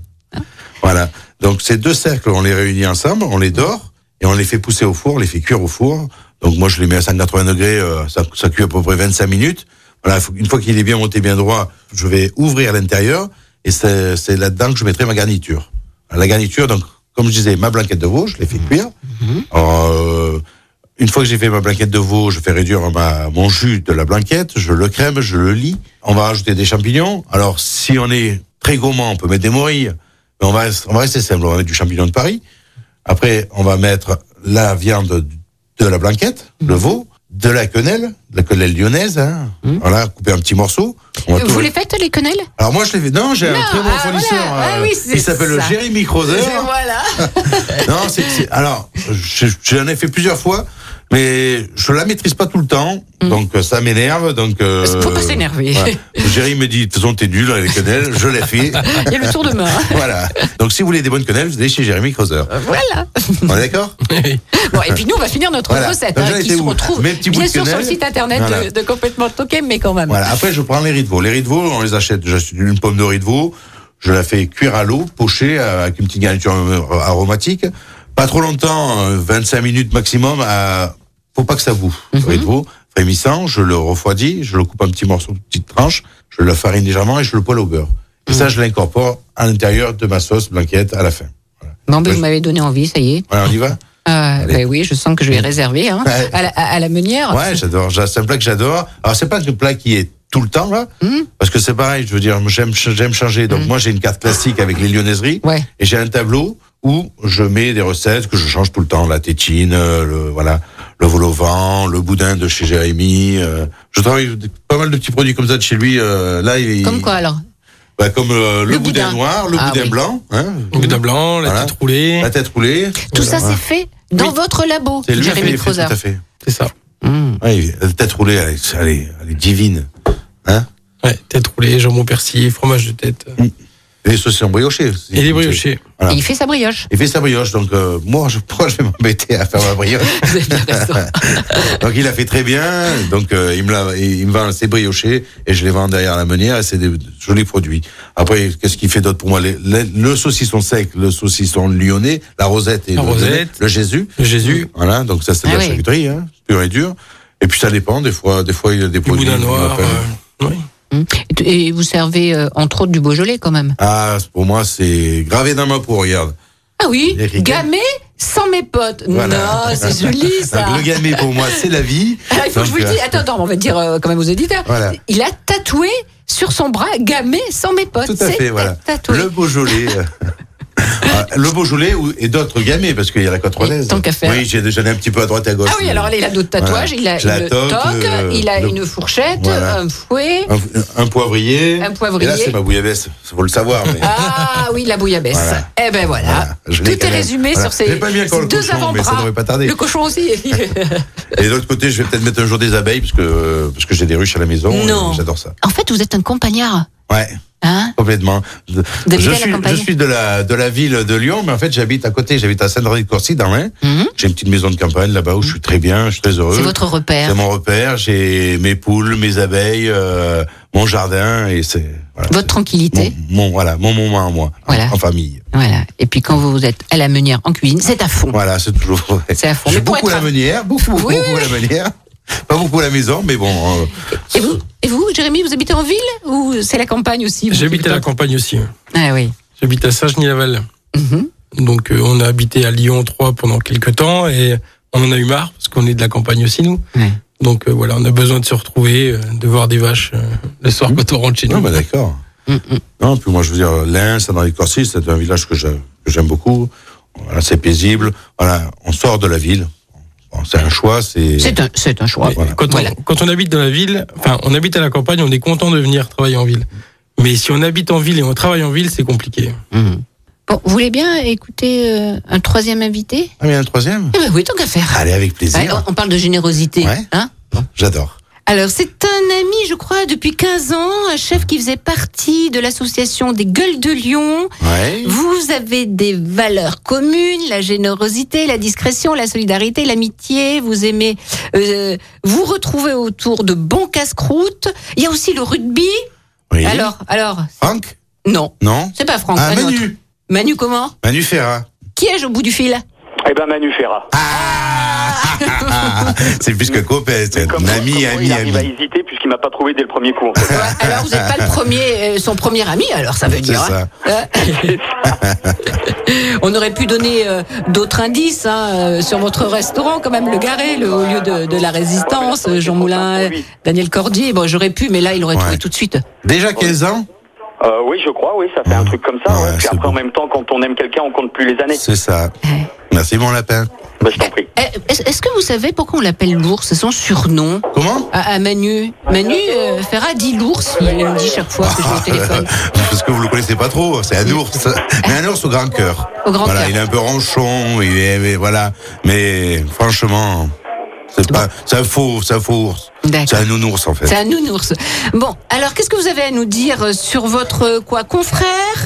C: Voilà. Donc ces deux cercles, on les réunit ensemble, on les dore et on les fait pousser au four, on les fait cuire au four. Donc moi je les mets à 180 degrés, euh, ça, ça cuit à peu près 25 minutes. Voilà, faut- une fois qu'il est bien monté, bien droit, je vais ouvrir à l'intérieur et c'est c'est là-dedans que je mettrai ma garniture. La garniture, donc comme je disais, ma blanquette de veau, je l'ai fait cuire. Euh, une fois que j'ai fait ma blanquette de veau, je fais réduire ma, mon jus de la blanquette, je le crème, je le lis. On va rajouter des champignons. Alors, si on est très gourmand, on peut mettre des morilles, mais on va, on va rester simple, on va mettre du champignon de Paris. Après, on va mettre la viande de la blanquette, le
B: Mhm.
C: veau, de la quenelle, de la quenelle lyonnaise, hein. voilà, couper un petit morceau. On va tout
B: Vous
C: mettre-
B: les faites, les quenelles
C: Alors moi, je l'ai fait. Non, j'ai un
B: Non,
C: très bon
B: ah,
C: fournisseur. euh,
B: voilà, ah oui, c'est
C: il s'appelle
B: ça.
C: Jérémy Crozer.
B: Voilà.
C: Non, c'est, c'est- alors, je- j'en ai fait plusieurs fois, mais je la maîtrise pas tout le temps, donc euh, ça m'énerve. Donc, euh,
B: Faut Mm. pas s'énerver.
C: voilà. Jerry me dit, de toute façon, t'es nul avec les quenelles, je l'ai fait.
B: Il y a le tour de hein. main.
C: voilà. Donc, si vous voulez des bonnes quenelles, vous allez chez Jérémy Crozer.
B: Voilà.
C: On est d'accord Mm-hmm.
B: Bon, et puis nous, on va finir notre
C: Voilà.
B: recette
C: Donc, j'en
B: hein, qui
C: étais
B: se
C: où
B: retrouve
C: Mes petits bouts
B: bien
C: de
B: sûr sur le
C: quenelle.
B: site internet
C: Voilà.
B: de, de complètement toqué, mais quand même.
C: Voilà. Après, je prends les riz de veau. Les riz de veau, on les achète. J'achète une pomme de riz de veau. Je la fais cuire à l'eau, pochée, euh, avec une petite garniture euh, aromatique. Pas trop longtemps, euh, 25 minutes maximum. À... Faut pas que ça bouffe. Le riz de veau, frémissant, je le refroidis, je le coupe en petits morceaux, petites tranches, je le farine légèrement et je le poêle au beurre. Et ça, je l'incorpore à l'intérieur de ma sauce blanquette à la fin.
B: Non, mais ben, vous m'avez donné envie, ça y est.
C: Voilà, on y va
B: Euh, ben oui, je sens que je vais réserver hein,
C: Ouais.
B: à, la, à- à la meunière.
C: Ouais, j'adore. J'a- C'est un plat que j'adore. Alors c'est pas un plat qui est tout le temps là,
B: Hmm
C: parce que c'est pareil. Je veux dire, j'aime ch- j'aime changer. Donc moi j'ai une carte classique avec les lyonnaiseries et j'ai un tableau où je mets des recettes que je change tout le temps. La tétine, euh, le voilà, le vol au vent, le boudin de chez Jérémy. euh. je travaille d- pas mal de petits produits comme ça de chez lui. euh, là, il,
B: Comme quoi alors
C: bah, comme euh, le,
B: Le
C: boudin,
B: boudin.
C: noir, le
B: Ah
C: boudin
B: oui.
C: blanc, hein. le boudin
D: blanc,
C: la tête
D: roulée,
C: la tête roulée.
B: Tout
C: Voilà.
B: ça, c'est fait dans votre labo,
C: C'est lui qui
B: Jérémy
C: fait, fait, tout
B: Crozer.
C: à fait.
D: C'est ça.
C: Oui, la tête roulée, elle est, elle est- elle est divine. Hein
D: Ouais, tête roulée, jambon persillé, fromage de tête.
C: Et les saucissons briochés. aussi.
D: Et les briochés.
C: Voilà.
B: Et il fait sa brioche.
C: Il fait sa brioche, donc euh, moi, je, pourquoi je vais m'embêter à faire ma brioche Donc il la fait très bien, donc euh, il, me la, il me vend ses briochés et je les vends derrière la meunière et c'est des jolis produits. Après, qu'est-ce qu'il fait d'autre pour moi Les- les- Le saucisson sec, le saucisson lyonnais, la rosette et
D: La
C: le,
D: rosette.
C: le Jésus.
D: Le Jésus.
C: Voilà, donc ça c'est de
D: Ah
C: la
D: oui.
C: charcuterie, hein, pur et dur. Et puis ça dépend, des fois, des fois il y a des produits.
D: boudin
C: qui
D: noir, euh.
C: m'appellent.
B: Et vous servez euh, entre autres du Beaujolais quand même.
C: Ah, pour moi, c'est gravé dans ma peau, regarde.
B: Ah oui,
C: Il est rigolo.
B: gamé sans mes potes.
C: Voilà.
B: Non, c'est joli ça.
C: Donc, le gamay, pour moi, c'est la vie.
B: Ah, il faut que je vous
C: Donc,
B: le dise.
C: euh,
B: Attends, attends, on va dire euh, quand même aux éditeurs.
C: Voilà.
B: Il a tatoué sur son bras gamé sans mes potes.
C: Tout à
B: C'est
C: fait, voilà.
B: tatoué.
C: Le Beaujolais. euh, ah, le Beaujolais ou- et d'autres gamets, parce qu'il y a la côte rolaise.
B: tant qu'à faire.
C: Oui, j'ai déjà un petit peu à droite à gauche.
B: Ah oui, alors il a d'autres
C: Voilà.
B: tatouages. Il a
C: Je la
B: une
C: toque,
B: toque,
C: le-
B: il a
C: le-
B: une fourchette,
C: Voilà.
B: un fouet.
C: Un, un poivrier.
B: Un poivrier.
C: Et là, c'est ma bouillabaisse. Il faut le savoir. Mais...
B: Ah oui, la bouillabaisse.
C: Voilà.
B: Eh ben voilà.
C: je l'ai
B: Tout
C: quand
B: est
C: même.
B: résumé
C: Voilà.
B: sur ces
C: J'ai pas mis encore le
B: deux
C: cochon, mais ça
B: avant-bras.
C: devrait pas tarder.
B: le cochon aussi.
C: Et de l'autre côté, je vais peut-être mettre un jour des abeilles, parce que, euh, parce que j'ai des ruches à la maison.
B: Non.
C: et J'adore ça.
B: en fait, vous êtes un compagnard.
C: Ouais.
B: Hein
C: Complètement. Je,
B: D'habiter
C: je
B: à la
C: suis,
B: campagne.
C: je suis de la de la ville de Lyon, mais en fait j'habite à côté. J'habite à Saint-André-de-Corcy, dans l'Ain. J'ai une petite maison de campagne là-bas où je suis très bien, je suis très heureux.
B: Mhm. C'est votre repère.
C: Euh, C'est mon repère. J'ai mes poules, mes abeilles, euh, mon jardin et c'est voilà,
B: Votre tranquillité.
C: mon voilà mon moment à moi,
B: Voilà.
C: en famille.
B: Voilà. Et puis quand vous êtes à la meunière en cuisine, c'est à fond.
C: Voilà, c'est toujours. vrai.
B: C'est à fond.
C: Je suis
B: Mais pour
C: beaucoup
B: être
C: à la
B: un-
C: meunière, beaucoup beaucoup,
B: Oui, oui,
C: beaucoup à la meunière. Pas beaucoup à la maison, mais bon. euh,
B: Et vous, et vous, Jérémy, vous habitez en ville ou c'est la campagne aussi vous
D: J'habite à la campagne aussi. hein.
B: Ah oui. Mhm.
D: J'habite à Saint-Genis-Laval. Donc euh, on a habité à Lyon 3 pendant quelques temps et on en a eu marre parce qu'on est de la campagne aussi nous.
B: Ouais.
D: Donc euh, voilà, on a besoin de se retrouver, euh, de voir des vaches euh, le soir quand on rentre chez nous.
C: Non, bah d'accord. Non, puis moi, je veux dire, l'Ain, Saint-Henri-de-Corcy, c'est un village que j'aime que j'aime beaucoup. Voilà, c'est paisible. Voilà, on sort de la ville. Bon, c'est un choix, c'est.
B: C'est un, c'est un choix.
D: Mais Quand, on, quand on habite dans la ville, enfin on habite à la campagne, on est content de venir travailler en ville. Mais si on habite en ville et on travaille en ville, c'est compliqué.
B: Mhm. Bon, vous voulez bien écouter euh, un troisième invité
C: Ah, mais un troisième
B: Eh ben oui, tant qu'à faire.
C: Allez, avec plaisir.
B: Ouais, on- on parle de générosité. Hein
C: J'adore.
B: Alors, c'est un ami, je crois, depuis 15 ans, un chef qui faisait partie de l'association des Gueules de Lyon.
C: Ouais.
B: Vous avez des valeurs communes, la générosité, la discrétion, la solidarité, l'amitié. Vous aimez euh, vous retrouver autour de bons casse-croûtes. Il y a aussi le rugby.
C: Oui.
B: Alors, alors,
C: Franck
B: non,
C: Non
B: c'est pas Franck.
C: Ah,
B: un autre.
C: Manu
B: Manu comment
C: Manu Ferrat.
B: Qui ai-je au bout du fil
L: Eh ben Manu Ferrat.
C: Ah, c'est plus que copain, c'est un ami, ami, ami.
L: hésité puisqu'il m'a pas trouvé dès le premier coup. en fait.
B: Alors vous n'êtes pas le premier, euh, son premier ami, alors ça veut
L: C'est
B: dire. hein. Euh, On aurait pu donner euh, d'autres indices hein, euh, sur votre restaurant, quand même le Garé, le haut lieu de, de la Résistance, euh, Jean Moulin, euh, Daniel Cordier. Bon, j'aurais pu, mais là il aurait trouvé tout de suite.
C: Déjà 15 ans
L: Euh, oui, je crois, oui, ça fait un truc comme ça. ouais. Puis après, en même temps, quand on aime quelqu'un, on compte plus les années.
C: C'est ça. Merci, mon lapin.
L: Bah, je t'en prie.
B: Eh, Est-ce est-ce que vous savez pourquoi on l'appelle l'ours C'est son surnom.
C: Comment
B: à, à Manu. Manu euh, Ferrat dit l'ours, il me dit chaque fois que je vais au téléphone.
C: Ah, Parce que vous le connaissez pas trop, c'est un ours, mais un ours au grand cœur.
B: Au grand
C: voilà,
B: cœur.
C: il est un peu ronchon, il est, mais voilà, mais franchement, c'est pas, c'est un faux, c'est un faux ours,
B: D'accord.
C: c'est un nounours en fait.
B: C'est un nounours. Bon, alors qu'est-ce que vous avez à nous dire euh, sur votre euh, quoi confrère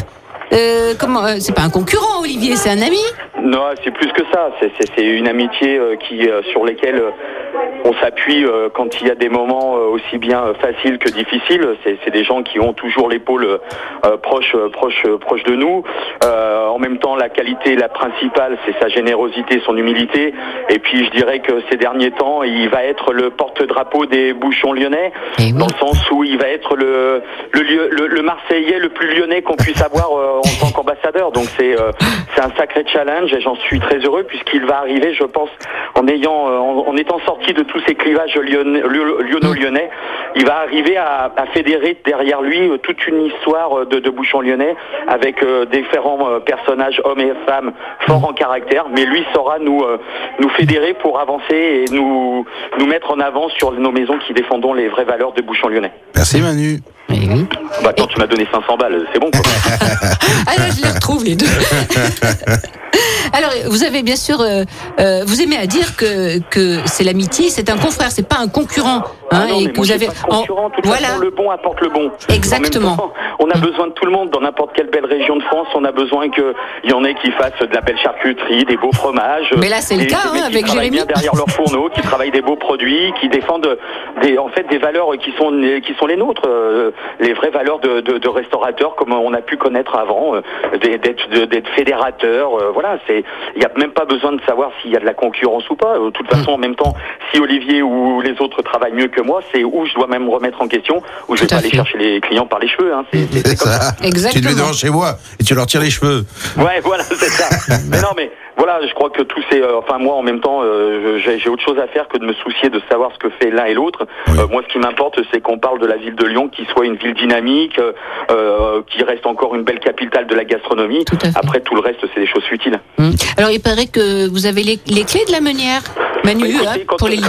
B: Euh, Comment euh, C'est pas un concurrent, Olivier, c'est un ami.
L: Non, c'est plus que ça. C'est- C'est c'est une amitié euh, qui, euh, sur lesquelles euh, on s'appuie euh, quand il y a des moments euh, aussi bien euh, faciles que difficiles. C'est c'est des gens qui ont toujours l'épaule euh, proche, euh, proche, euh, proche de nous. Euh, en même temps, la qualité, la principale, c'est sa générosité, son humilité. Et puis, je dirais que ces derniers temps, il va être le porte-drapeau des bouchons lyonnais, dans le sens où il va être le, le, lieu- le- le Marseillais le plus lyonnais qu'on puisse avoir euh, en tant qu'ambassadeur. Donc, c'est euh, c'est un sacré challenge et j'en suis très heureux puisqu'il va arriver, je pense, en ayant, euh, en, en étant sorti de tous ces clivages lyonnais- lyo- lyonno-lyonnais, il va arriver à, à fédérer derrière lui euh, toute une histoire euh, de, de bouchons lyonnais avec euh, différents euh, personnages, hommes et femmes, forts en caractère. Mais lui saura nous, euh, nous fédérer pour avancer et nous, nous mettre en avant sur nos maisons qui défendons les vraies valeurs de bouchons lyonnais.
C: Merci Manu.
L: Bah, quand tu m'as donné 500 balles, c'est bon. quoi.
B: Ah là, je les retrouve les deux. Alors, vous avez bien sûr, euh, euh, vous aimez à dire que que c'est l'amitié, c'est un confrère, c'est pas un concurrent,
L: Ah
B: hein, et que vous avez. en- voilà.
L: le bon apporte le bon.
B: Exactement.
L: En même temps, on a besoin de tout le monde dans n'importe quelle belle région de France. On a besoin qu'il y en ait qui fassent de la belle charcuterie, des beaux fromages.
B: Mais là, c'est le
L: Des-
B: cas,
L: des
B: hein,
L: mecs qui
B: avec
L: travaillent
B: Jérémy.
L: bien derrière leurs fourneaux, qui travaillent des beaux produits, qui défendent des, en fait des valeurs qui sont, qui sont les nôtres, euh, les vraies valeurs de, de- de restaurateurs comme on a pu connaître avant, euh, d'être- d'être de- d'être fédérateur. euh, voilà, c'est il n'y a même pas besoin de savoir s'il y a de la concurrence ou pas. Euh, De toute façon, en même temps, si Olivier ou les autres travaillent mieux que moi, c'est où je dois même remettre en question, où je vais pas aller chercher les clients par les cheveux. hein, c'est- c'est-
C: C'est ça. Tu
L: Exactement.
C: les dans chez moi et tu leur tires les cheveux.
L: Ouais, voilà, c'est ça. mais non, mais voilà, je crois que tous ces, euh, enfin moi en même temps, euh, j'ai j'ai autre chose à faire que de me soucier de savoir ce que fait l'un et l'autre. Euh, moi, ce qui m'importe, c'est qu'on parle de la ville de Lyon, qui soit une ville dynamique, euh, euh, qui reste encore une belle capitale de la gastronomie. Après, tout le reste, c'est des choses futiles.
B: Hum. Alors, il paraît que vous avez les, les clés de la meunière,
L: Ah.
B: Manu. hein, pour les...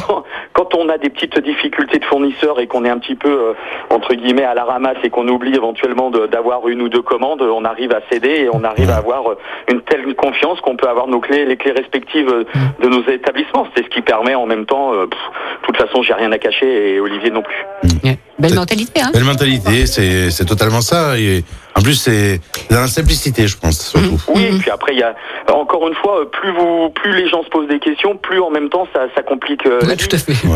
L: quand on a des petites difficultés de fournisseurs et qu'on est un petit peu euh, entre guillemets à la ramasse et qu'on oublie éventuellement de- d'avoir une ou deux commandes, on arrive à céder et on arrive à avoir euh, une telle confiance qu'on peut avoir nos clés, les clés respectives euh, de nos établissements. C'est ce qui permet en même temps, euh, pff, de toute façon, j'ai rien à cacher et Olivier non plus.
B: Belle mentalité, hein.
C: Belle mentalité, c'est c'est totalement ça. Et en plus, c'est dans la simplicité, je pense, surtout.
B: Mm.
L: Oui, et puis après, il y a encore une fois, euh, plus vous, plus les gens se posent des questions, plus en même temps ça, ça complique. euh, la vie.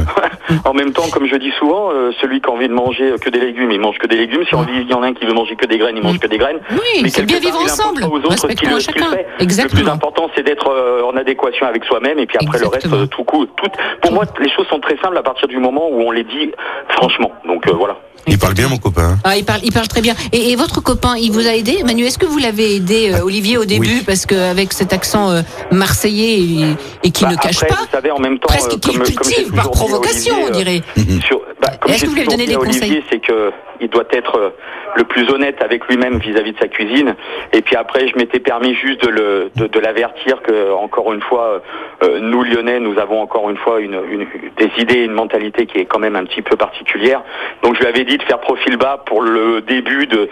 L: en même temps, comme je dis souvent, euh, celui qui a envie de manger euh, que des légumes, il mange que des légumes. Si envie, il y en a un qui veut manger que des graines, il mange que des graines.
B: Oui,
L: Mais
B: c'est
L: quelque
B: bien vivre
L: part, il impose
B: ensemble.
L: pas Aux autres ce qu'il-
B: Respectons
L: ce qu'il
B: chacun.
L: fait.
B: Exactement.
L: Le plus important, c'est d'être euh, en adéquation avec soi-même, et puis après
B: Mm.
L: le reste, euh, tout court. Tout, pour moi, les choses sont très simples à partir du moment où on les dit franchement. Donc euh, voilà.
C: Il parle bien, mon copain.
B: Ah, il parle, il parle très bien. Et, et votre copain, il vous a aidé, Manu Est-ce que vous l'avez aidé,
L: Ah,
B: euh, Olivier, au début, parce qu'avec cet accent euh, marseillais et, et qui
L: Bah,
B: ne cache
L: après,
B: pas,
L: Vous savez, en même temps,
B: presque
L: euh,
B: qu'il
L: comme- comme j'ai
B: cultive par
L: toujours dit à
B: provocation,
L: Olivier,
B: on
L: euh,
B: dirait.
L: sur- bah, comme
B: Est-ce
L: j'ai
B: que vous lui avez
L: toujours
B: donné
L: dit à
B: des
L: Olivier, c'est que il doit être euh, le plus honnête avec lui-même vis-à-vis de sa cuisine. Et puis après, je m'étais permis juste de le de, de l'avertir que encore une fois, euh, nous Lyonnais, nous avons encore une fois une, une- des idées, une mentalité qui est quand même un petit peu particulière. Donc je lui avais dit de faire profil bas pour le début de,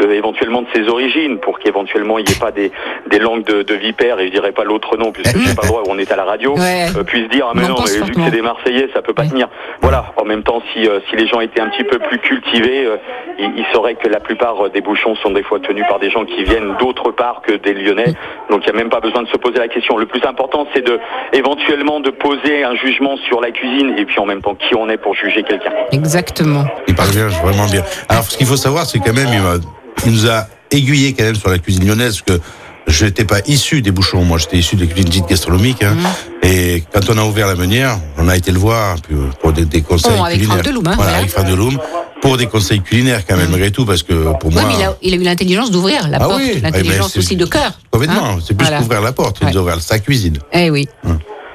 L: de- éventuellement de ses origines, pour qu'éventuellement il n'y ait pas des, des langues de, de vipères, et je dirais pas l'autre nom, puisque je sais pas le droit, on est à la radio,
M: Ouais.
L: euh, puisse dire, ah mais
M: On en
L: non,
M: pense
L: mais vu que
M: fortement.
L: c'est des Marseillais, ça peut pas tenir. Voilà, en même temps, si, euh, si les gens étaient un petit peu plus cultivés, euh, ils, ils sauraient que la plupart euh, des bouchons sont des fois tenus par des gens qui viennent d'autre part que des Lyonnais, donc il n'y a même pas besoin de se poser la question. Le plus important, c'est de éventuellement de poser un jugement sur la cuisine, et puis en même temps, qui on est pour juger quelqu'un.
B: Exactement.
C: Il parle bien, vraiment bien. Alors, ce qu'il faut savoir, c'est quand même, il, m'a- il nous a aiguillé quand même sur la cuisine lyonnaise, parce que je n'étais pas issu des bouchons. Moi, j'étais issu des cuisines dites gastronomiques. hein.
B: Mhm.
C: Et quand on a ouvert la meunière, on a été le voir puis, euh, pour des, des conseils
B: Oh, avec
C: culinaires.
B: Franck Deloum, hein,
C: voilà,
B: voilà.
C: avec Franck Deloum, pour des conseils culinaires quand même, malgré tout, parce que pour
B: Oui,
C: moi...
B: mais il a, il a eu l'intelligence d'ouvrir la
C: Ah
B: porte,
C: oui,
B: l'intelligence
C: eh ben, c'est-
B: aussi de cœur.
C: Complètement,
B: hein.
C: c'est plus
B: Voilà.
C: qu'ouvrir la porte, ils ont ouvert sa cuisine.
B: Eh oui.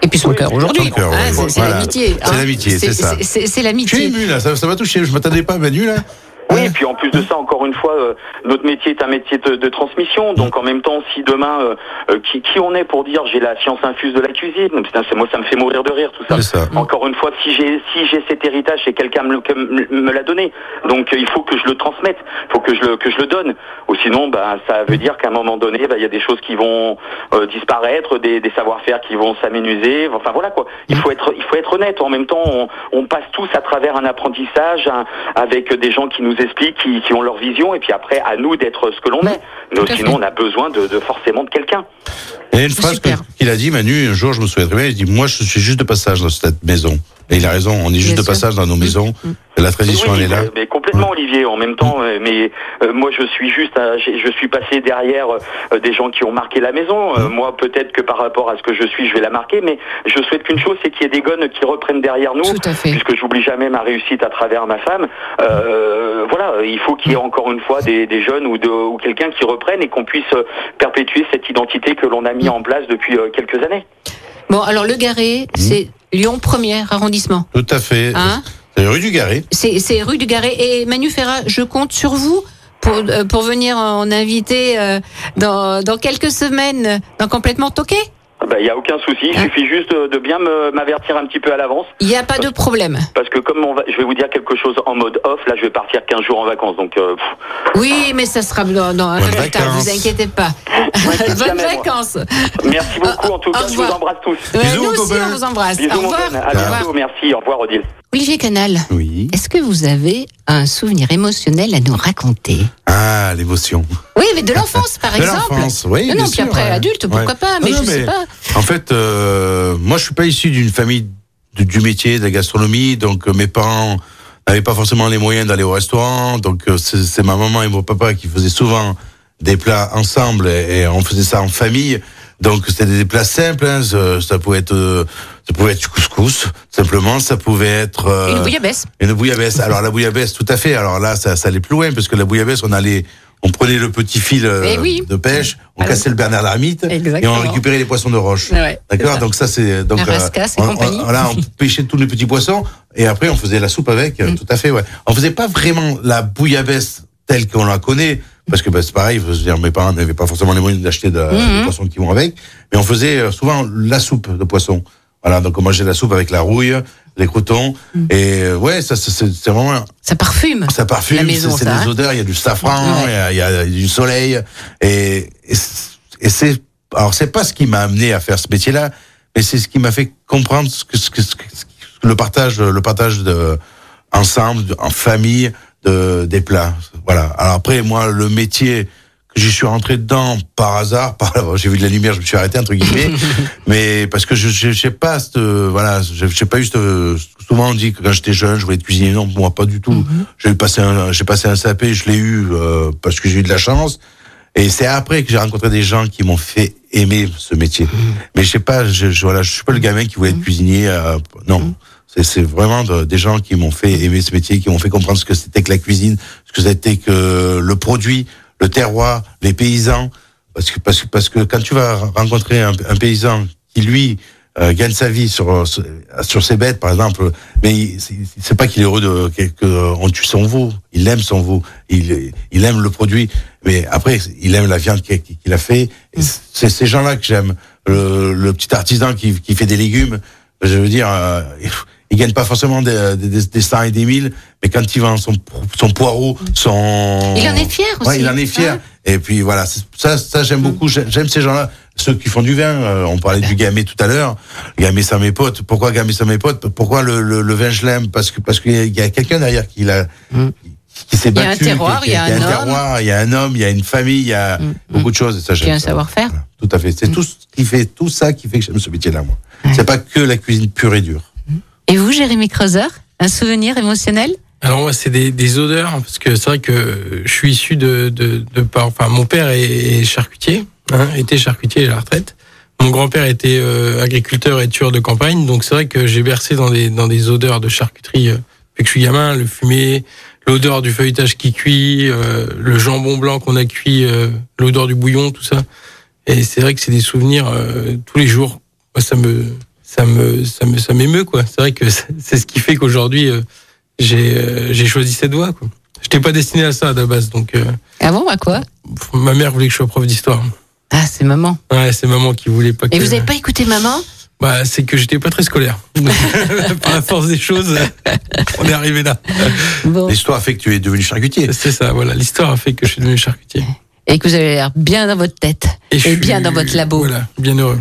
B: Et puis son cœur aujourd'hui.
C: Son cœur,
B: hein,
C: ouais,
B: c'est c'est
C: voilà.
B: l'amitié.
C: C'est
B: hein.
C: l'amitié, c'est ça.
B: C'est c'est
C: Je suis
B: l'amitié.
C: ému là, ça ça m'a touché, je m'attendais pas à Manu là.
L: Oui, et puis en plus de ça, encore une fois, euh, notre métier est un métier de, de transmission. Donc en même temps, si demain, euh, euh, qui, qui on est pour dire j'ai la science infuse de la cuisine Putain, c'est moi, ça me fait mourir de rire tout ça. Encore une fois, si j'ai si j'ai cet héritage, c'est quelqu'un me, le- que me- me l'a donné. Donc euh, il faut que je le transmette, il faut que je le que je le donne. Ou sinon, bah ça veut dire qu'à un moment donné, bah, il y a des choses qui vont euh, disparaître, des, des savoir-faire qui vont s'amenuiser. Enfin voilà quoi. Il faut être il faut être honnête. En même temps, on, on passe tous à travers un apprentissage un- avec des gens qui nous expliquent, qui, qui ont leur vision, et puis après à nous d'être ce que l'on est. Mais sinon, on a besoin de, de forcément de quelqu'un.
C: Il y a une phrase que- qu'il a dit, Manu, un jour, je me souviens très bien, il dit, moi, je suis juste de passage dans cette maison. Et il a raison, on est juste de passage dans nos maisons. Et La transition,
L: Oui,
C: elle est là.
L: euh, Mais complètement, Olivier. En même temps, euh, mais euh, moi, je suis juste, à- j'ai- je suis passé derrière euh, des gens qui ont marqué la maison. Euh, Moi, peut-être que par rapport à ce que je suis, je vais la marquer. Mais je souhaite qu'une chose, c'est qu'il y ait des gones qui reprennent derrière nous, puisque j'oublie jamais ma réussite à travers ma femme. Euh, voilà, il faut qu'il y ait encore une fois des, des jeunes ou, de- ou quelqu'un qui reprenne et qu'on puisse euh, perpétuer cette identité que l'on a mis en place depuis euh, quelques années.
B: Bon, alors le Garé, c'est Lyon 1er arrondissement.
C: Tout à fait.
B: Hein
C: C'est rue du Garé.
B: C'est c'est rue du Garé. Et Manu Ferrat, je compte sur vous pour, euh, pour venir en inviter euh, dans, dans quelques semaines dans Complètement Toqué.
L: Ah bah, Il n'y a aucun souci, il suffit juste euh, de, de bien me- m'avertir un petit peu à l'avance.
B: Il n'y a pas de problème.
L: Parce que comme on va, je vais vous dire quelque chose en mode off, là je vais partir 15 jours en vacances, donc euh, pff,
B: Oui, mais ça sera dans, dans un peu plus tard,
L: vacances.
B: vous inquiétez pas. Bonnes vacances.
L: merci beaucoup en tout cas, je vous embrasse tous.
B: Bisous, nous aussi, copains. on vous embrasse.
L: Bisous,
B: Au
L: mon
B: revoir.
L: Ben. À bientôt, merci, au revoir Odile.
B: Olivier Canal, est-ce que vous avez un souvenir émotionnel à nous raconter
C: Ah, l'émotion.
B: Oui, mais de l'enfance, par
C: De
B: exemple.
C: l'enfance, oui,
B: non,
C: bien
B: non, puis
C: sûr,
B: après
C: ouais.
B: adulte, pourquoi
C: Ouais.
B: pas,
C: Non,
B: mais
C: non,
B: je sais pas.
C: En fait, euh, moi, je suis pas issu d'une famille du, du métier, de la gastronomie, donc euh, mes parents n'avaient pas forcément les moyens d'aller au restaurant, donc euh, c'est c'est ma maman et mon papa qui faisaient souvent des plats ensemble et, et on faisait ça en famille. Donc c'était des plats simples, hein, ça, ça pouvait être euh, ça pouvait être du couscous simplement, ça pouvait être euh,
B: Une bouillabaisse.
C: une bouillabaisse. Alors la bouillabaisse, tout à fait. Alors là, ça, ça allait plus loin parce que la bouillabaisse, on allait, on prenait le petit fil euh,
B: Eh oui.
C: de pêche, on cassait le Bernard l'ermite et
B: Exactement.
C: on récupérait les poissons de roche.
B: Ouais,
C: D'accord.
B: c'est ça.
C: Donc ça, c'est donc euh,
B: Un rascasse et
C: on,
B: compagnie.
C: on- voilà, on pêchait tous les petits poissons et après on faisait la soupe avec.
B: Mm.
C: euh, Tout à fait. Ouais. On faisait pas vraiment la bouillabaisse telle qu'on la connaît. Parce que bah, c'est pareil, je veux dire, mes parents n'avaient pas forcément les moyens d'acheter de,
M: Mhm.
B: Mm-hmm.
C: des poissons qui vont avec, mais on faisait euh, souvent la soupe de poisson. Voilà, donc on mangeait la soupe avec la rouille, les croutons,
B: Mm.
C: et euh, ouais, ça, ça, c'est c'est vraiment.
B: Ça parfume.
C: Ça
B: La
C: parfume,
B: maison,
C: c'est- c'est
B: ça,
C: des
B: hein.
C: odeurs, il y a du safran, il y a- il y, a du soleil, et, et c'est- et c'est. Alors, c'est pas ce qui m'a amené à faire ce métier-là, mais c'est ce qui m'a fait comprendre ce que, ce que- ce que- ce que- le partage, le partage de, ensemble, de- en famille, de, des plats. Voilà. Alors après, moi, le métier que j'y suis rentré dedans par hasard, par j'ai vu de la lumière, je me suis arrêté entre guillemets, mais parce que je je- je sais pas, cette, euh, voilà, je je sais pas eu cette, euh, souvent on dit que quand j'étais jeune, je voulais être cuisinier, non, moi pas du tout.
B: Mhm.
C: J'ai passé un, j'ai passé un CAP, je l'ai eu euh, parce que j'ai eu de la chance. Et c'est après que j'ai rencontré des gens qui m'ont fait aimer ce métier. Mais je sais pas, je, je, voilà, je suis pas le gamin qui voulait être cuisinier. euh, non, c'est, c'est vraiment de- des gens qui m'ont fait aimer ce métier, qui m'ont fait comprendre ce que c'était que la cuisine, ce que c'était que le produit, le terroir, les paysans. Parce que parce que parce que quand tu vas rencontrer un, un paysan qui lui euh, gagne sa vie sur sur ses bêtes par exemple, mais il- c'est c'est pas qu'il est heureux de que- que on tue son veau, il aime son veau, il il aime le produit, mais après il aime la viande qu'il qu'il a fait. Et
B: Mm.
C: C'est ces gens-là que j'aime. Le, le petit artisan qui qui fait des légumes, je veux dire, euh, il gagne pas forcément des des, des, des cent et des mille, mais quand il vend son son poireau, son
B: Mm. Il en est fier aussi.
C: Ouais, il en est fier.
B: Hein
C: Et puis voilà, c'est- ça, ça j'aime beaucoup. J'ai- J'aime ces gens-là, ceux qui font du vin. Euh, on parlait du gamay tout à l'heure. Gamay, ça mes potes. Pourquoi gamay, ça mes potes Pourquoi le, le, le vin, je l'aime Parce que parce qu'il y a- il y a quelqu'un derrière qui l'a, qui, qui s'est
B: Mm. Il y a
C: battu.
B: un terroir,
C: qui- qui-
B: il y a
C: qui
B: un homme. Mm,
C: terroir, il y a un homme, il y a une famille, il y a beaucoup de choses. Et ça,
B: Puis
C: j'aime
B: un
C: ça.
B: savoir-faire. Mm.
C: Tout à fait. C'est tout ce qui fait tout ça qui fait que j'aime ce métier-là, moi. C'est pas que la cuisine pure et dure.
B: Et vous, Jérémy Creuser, un souvenir émotionnel
D: Alors moi, c'est des, des odeurs, hein, parce que c'est vrai que je suis issu de, de, de par, enfin mon père est, est charcutier, hein, était charcutier à la retraite. Mon grand-père était euh, agriculteur et tueur de campagne, donc c'est vrai que j'ai bercé dans des dans des odeurs de charcuterie euh, depuis que je suis gamin, le fumet, l'odeur du feuilletage qui cuit, euh, le jambon blanc qu'on a cuit, euh, l'odeur du bouillon, tout ça. Et c'est vrai que c'est des souvenirs euh, tous les jours. Moi, ça me ça me ça me ça m'émeut quoi. C'est vrai que c'est c'est ce qui fait qu'aujourd'hui euh, j'ai euh, j'ai choisi cette voie quoi. J'étais pas destiné à ça à la base, donc euh,
B: Ah bon, à quoi
D: ma mère voulait que je sois prof d'histoire.
B: Ah, c'est maman.
D: Ouais, c'est maman qui voulait pas que.
B: Et vous n'avez pas écouté maman
D: Bah, c'est que j'étais pas très scolaire. Donc, Par la force des choses, on est arrivé là.
B: Oh.
C: L'histoire a fait que tu es devenu charcutier.
D: C'est ça, voilà. L'histoire a fait que je suis devenu charcutier.
B: Et que vous avez l'air bien dans votre tête.
D: Et je
B: Et, bien
D: suis-
B: dans votre labo.
D: Voilà, bien heureux.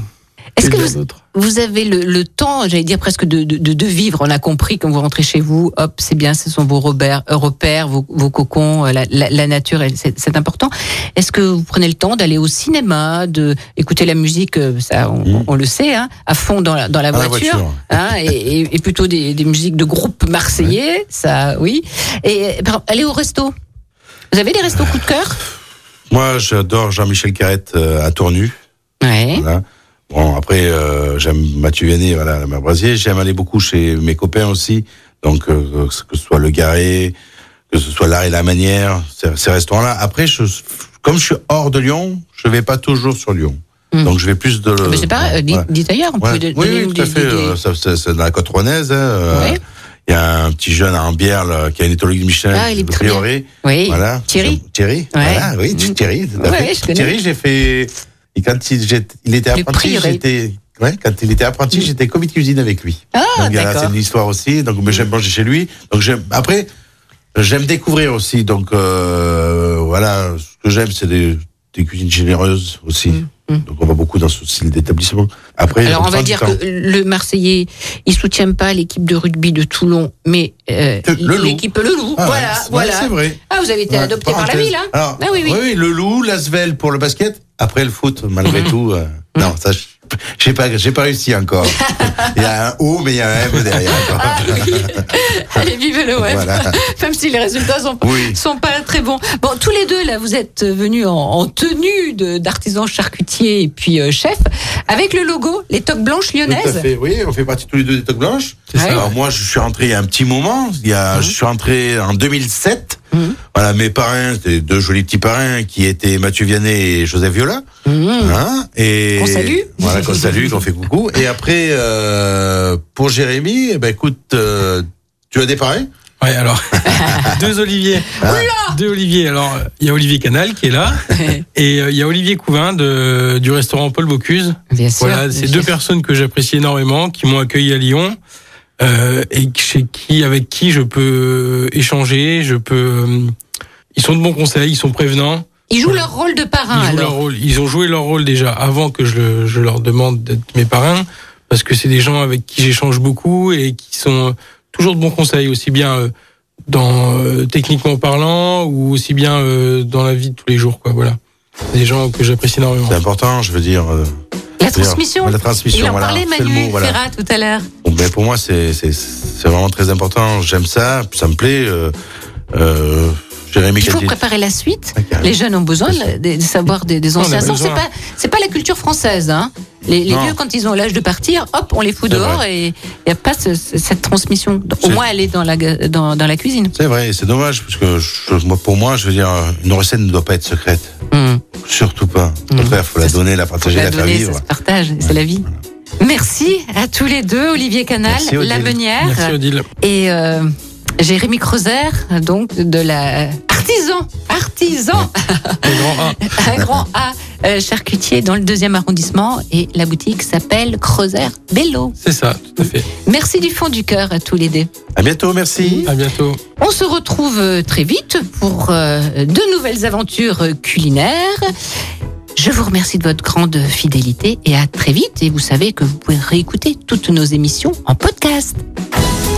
B: Est-ce
D: Et
B: que
D: bien
B: vous,
D: d'autres.
B: vous avez le, le temps, j'allais dire presque de, de, de- de vivre On a compris quand vous rentrez chez vous, hop, c'est bien, ce sont vos repères, euh, repères vos, vos cocons, euh, la, la- la nature, elle, c'est c'est important. Est-ce que vous prenez le temps d'aller au cinéma, de écouter la musique, euh, ça on, on le sait, hein, à fond dans la, dans la
C: Mm. Dans la
B: voiture,
C: voiture.
B: hein, et, et- et plutôt des, des musiques de groupes marseillais, ça oui. Et euh, par exemple, aller au resto. Vous avez des restos coup de cœur
C: Moi, j'adore Jean-Michel Carrette euh, à Tournu.
B: Ouais.
C: Voilà. Bon, après, euh, j'aime Mathieu Vianney, voilà, la mère Brasier. J'aime aller beaucoup chez mes copains aussi. Donc, euh, que ce soit Le Garé, que ce soit L'Art et la Manière, ces, ces restaurants-là. Après, je, comme je suis hors de Lyon, je vais pas toujours sur Lyon. Donc, je vais plus de.
B: Hmm. Mais c'est pas, euh, dites,
C: voilà.
B: dites ailleurs, on
C: Ouais.
B: peut de-
C: Oui,
B: donner
C: oui,
B: nous
C: tout à
B: des-
C: fait.
B: des- des-
C: euh, ça- ça- C'est dans la côte rouennaise. hein, euh,
B: Ouais.
C: Il y a un petit jeune à Ambière là, qui est un éthologue de Michelin.
B: Ah, il est
C: a
B: très
C: priori.
B: bien. Oui. Thierry.
C: Thierry.
B: Ouais. Mm.
C: Voilà, oui, tu- Thierry. tout à
B: Ouais,
C: fait.
B: je connais.
C: Thierry, j'ai fait. et quand il, j'étais- il était
B: Le
C: apprenti,
B: prieuré.
C: j'étais. Ouais, quand il était apprenti, j'étais commis de cuisine avec lui.
B: Mm. Ah,
C: donc il y a-
B: d'accord.
C: c'est une histoire aussi. Donc mais j'aime manger chez lui. Donc j'aime. Après, j'aime découvrir aussi. Donc euh, voilà, ce que j'aime, c'est des, des cuisines généreuses aussi. Donc on va beaucoup dans ce style d'établissement. Après,
B: Mm. Alors on
C: prend
B: va
C: du
B: dire
C: temps.
B: que le Marseillais, il soutient pas l'équipe de rugby de Toulon, mais euh,
C: Le Loup.
B: l'équipe Le Loup.
C: Ah ouais,
B: voilà,
C: c'est-
B: voilà.
C: ouais, c'est vrai.
B: Ah, vous avez été
C: Ouais,
B: adopté par la
C: parenthèse.
B: ville, hein
C: Alors,
B: Ah oui, oui.
C: le loup, l'asvel pour le basket, après le foot, malgré
B: Mhm.
C: tout. euh, Non, ça, je- j'ai pas, j'ai pas réussi encore. il y a un O, mais il y a un M derrière.
B: Ah Allez, vive le web.
C: Voilà.
B: Même si les résultats sont,
C: Oui.
B: sont pas très bons. Bon, tous les deux là, vous êtes venus en, en tenue de- d'artisan charcutier et puis euh, chef, avec le logo, les toques blanches
C: Tout à
B: lyonnaises.
C: fait, oui, on fait partie tous les deux des toques blanches.
B: C'est ça.
C: Alors moi, je suis rentré il y a un petit moment. Il y
B: Mhm.
C: a, je suis rentré en 2007. Voilà, mes parrains, c'était deux jolis petits parrains qui étaient Mathieu Vianney et Joseph Viola.
B: Mhm.
C: Hein, et
M: Qu'on salue.
C: Voilà, qu'on salue, qu'on fait coucou. Et après, euh, pour Jérémy, eh ben écoute, euh, tu as des parrains
D: Ouais, alors. Deux Olivier.
B: Ah.
D: Deux Olivier. Alors, il y a Olivier Canal qui est là. et euh, il y a Olivier Couvin de, du restaurant Paul Bocuse.
B: Bien sûr,
D: Voilà,
B: bien
D: c'est
B: sûr.
D: deux personnes que j'apprécie énormément, qui m'ont accueilli à Lyon. euh, et chez qui, avec qui je peux échanger, je peux. euh, Ils sont de bons conseils, ils sont prévenants.
B: Ils jouent leur rôle de parrain.
D: Ils jouent
B: Ah, alors.
D: leur rôle. Ils ont joué leur rôle déjà avant que je, le- je leur demande d'être mes parrains, parce que c'est des gens avec qui j'échange beaucoup et qui sont euh, toujours de bons conseils, aussi bien euh, dans euh, techniquement parlant ou aussi bien euh, dans la vie de tous les jours, quoi. Voilà, des gens que j'apprécie énormément.
C: C'est important, je veux dire. euh,
B: La
C: c'est-à-dire,
B: transmission.
C: La transmission,
B: Il en
C: voilà.
B: parlait
C: c'est le
B: Manu
C: mot, voilà.
B: Ferrat tout à l'heure.
C: Bon, ben, pour moi, c'est c'est- c'est vraiment très important. J'aime ça, ça me plaît. Euh, euh, Jérémy
B: Il faut
C: Cadier- Ah,
B: préparer la suite. Les jeunes ont besoin de, de savoir des, des
C: On a
B: anciens sens. C'est
C: besoin.
B: pas, c'est pas la culture française. Hein. Les, les
C: Non.
B: vieux, quand ils ont l'âge de partir, hop, on les fout
C: C'est
B: dehors
C: vrai.
B: et il n'y a pas ce- ce- cette transmission. Au moins, elle est dans la, ga- dans, dans la cuisine.
C: C'est vrai, c'est dommage, parce que je- moi, pour moi, je veux dire, une recette ne doit pas être secrète. Surtout pas. Au contraire, Mmh. faut la donner, la partager, la,
B: La
C: faire
B: donnée,
C: vivre.
B: ça se partage, c'est la vie. Merci à tous les deux, Olivier Canal,
C: Merci, Odile.
B: La Meunière
C: Merci, Odile.
B: et euh, Jérémy Crozer, donc de la artisan, artisan, un grand A euh, charcutier dans le deuxième arrondissement et la boutique s'appelle Crozer Bello.
D: C'est ça, tout à fait.
B: Merci du fond du cœur à tous les deux.
C: À bientôt, merci.
D: À bientôt.
B: On se retrouve euh, très vite pour euh, de nouvelles aventures euh, culinaires. Je vous remercie de votre grande fidélité et à très vite. Et vous savez que vous pouvez réécouter toutes nos émissions en podcast.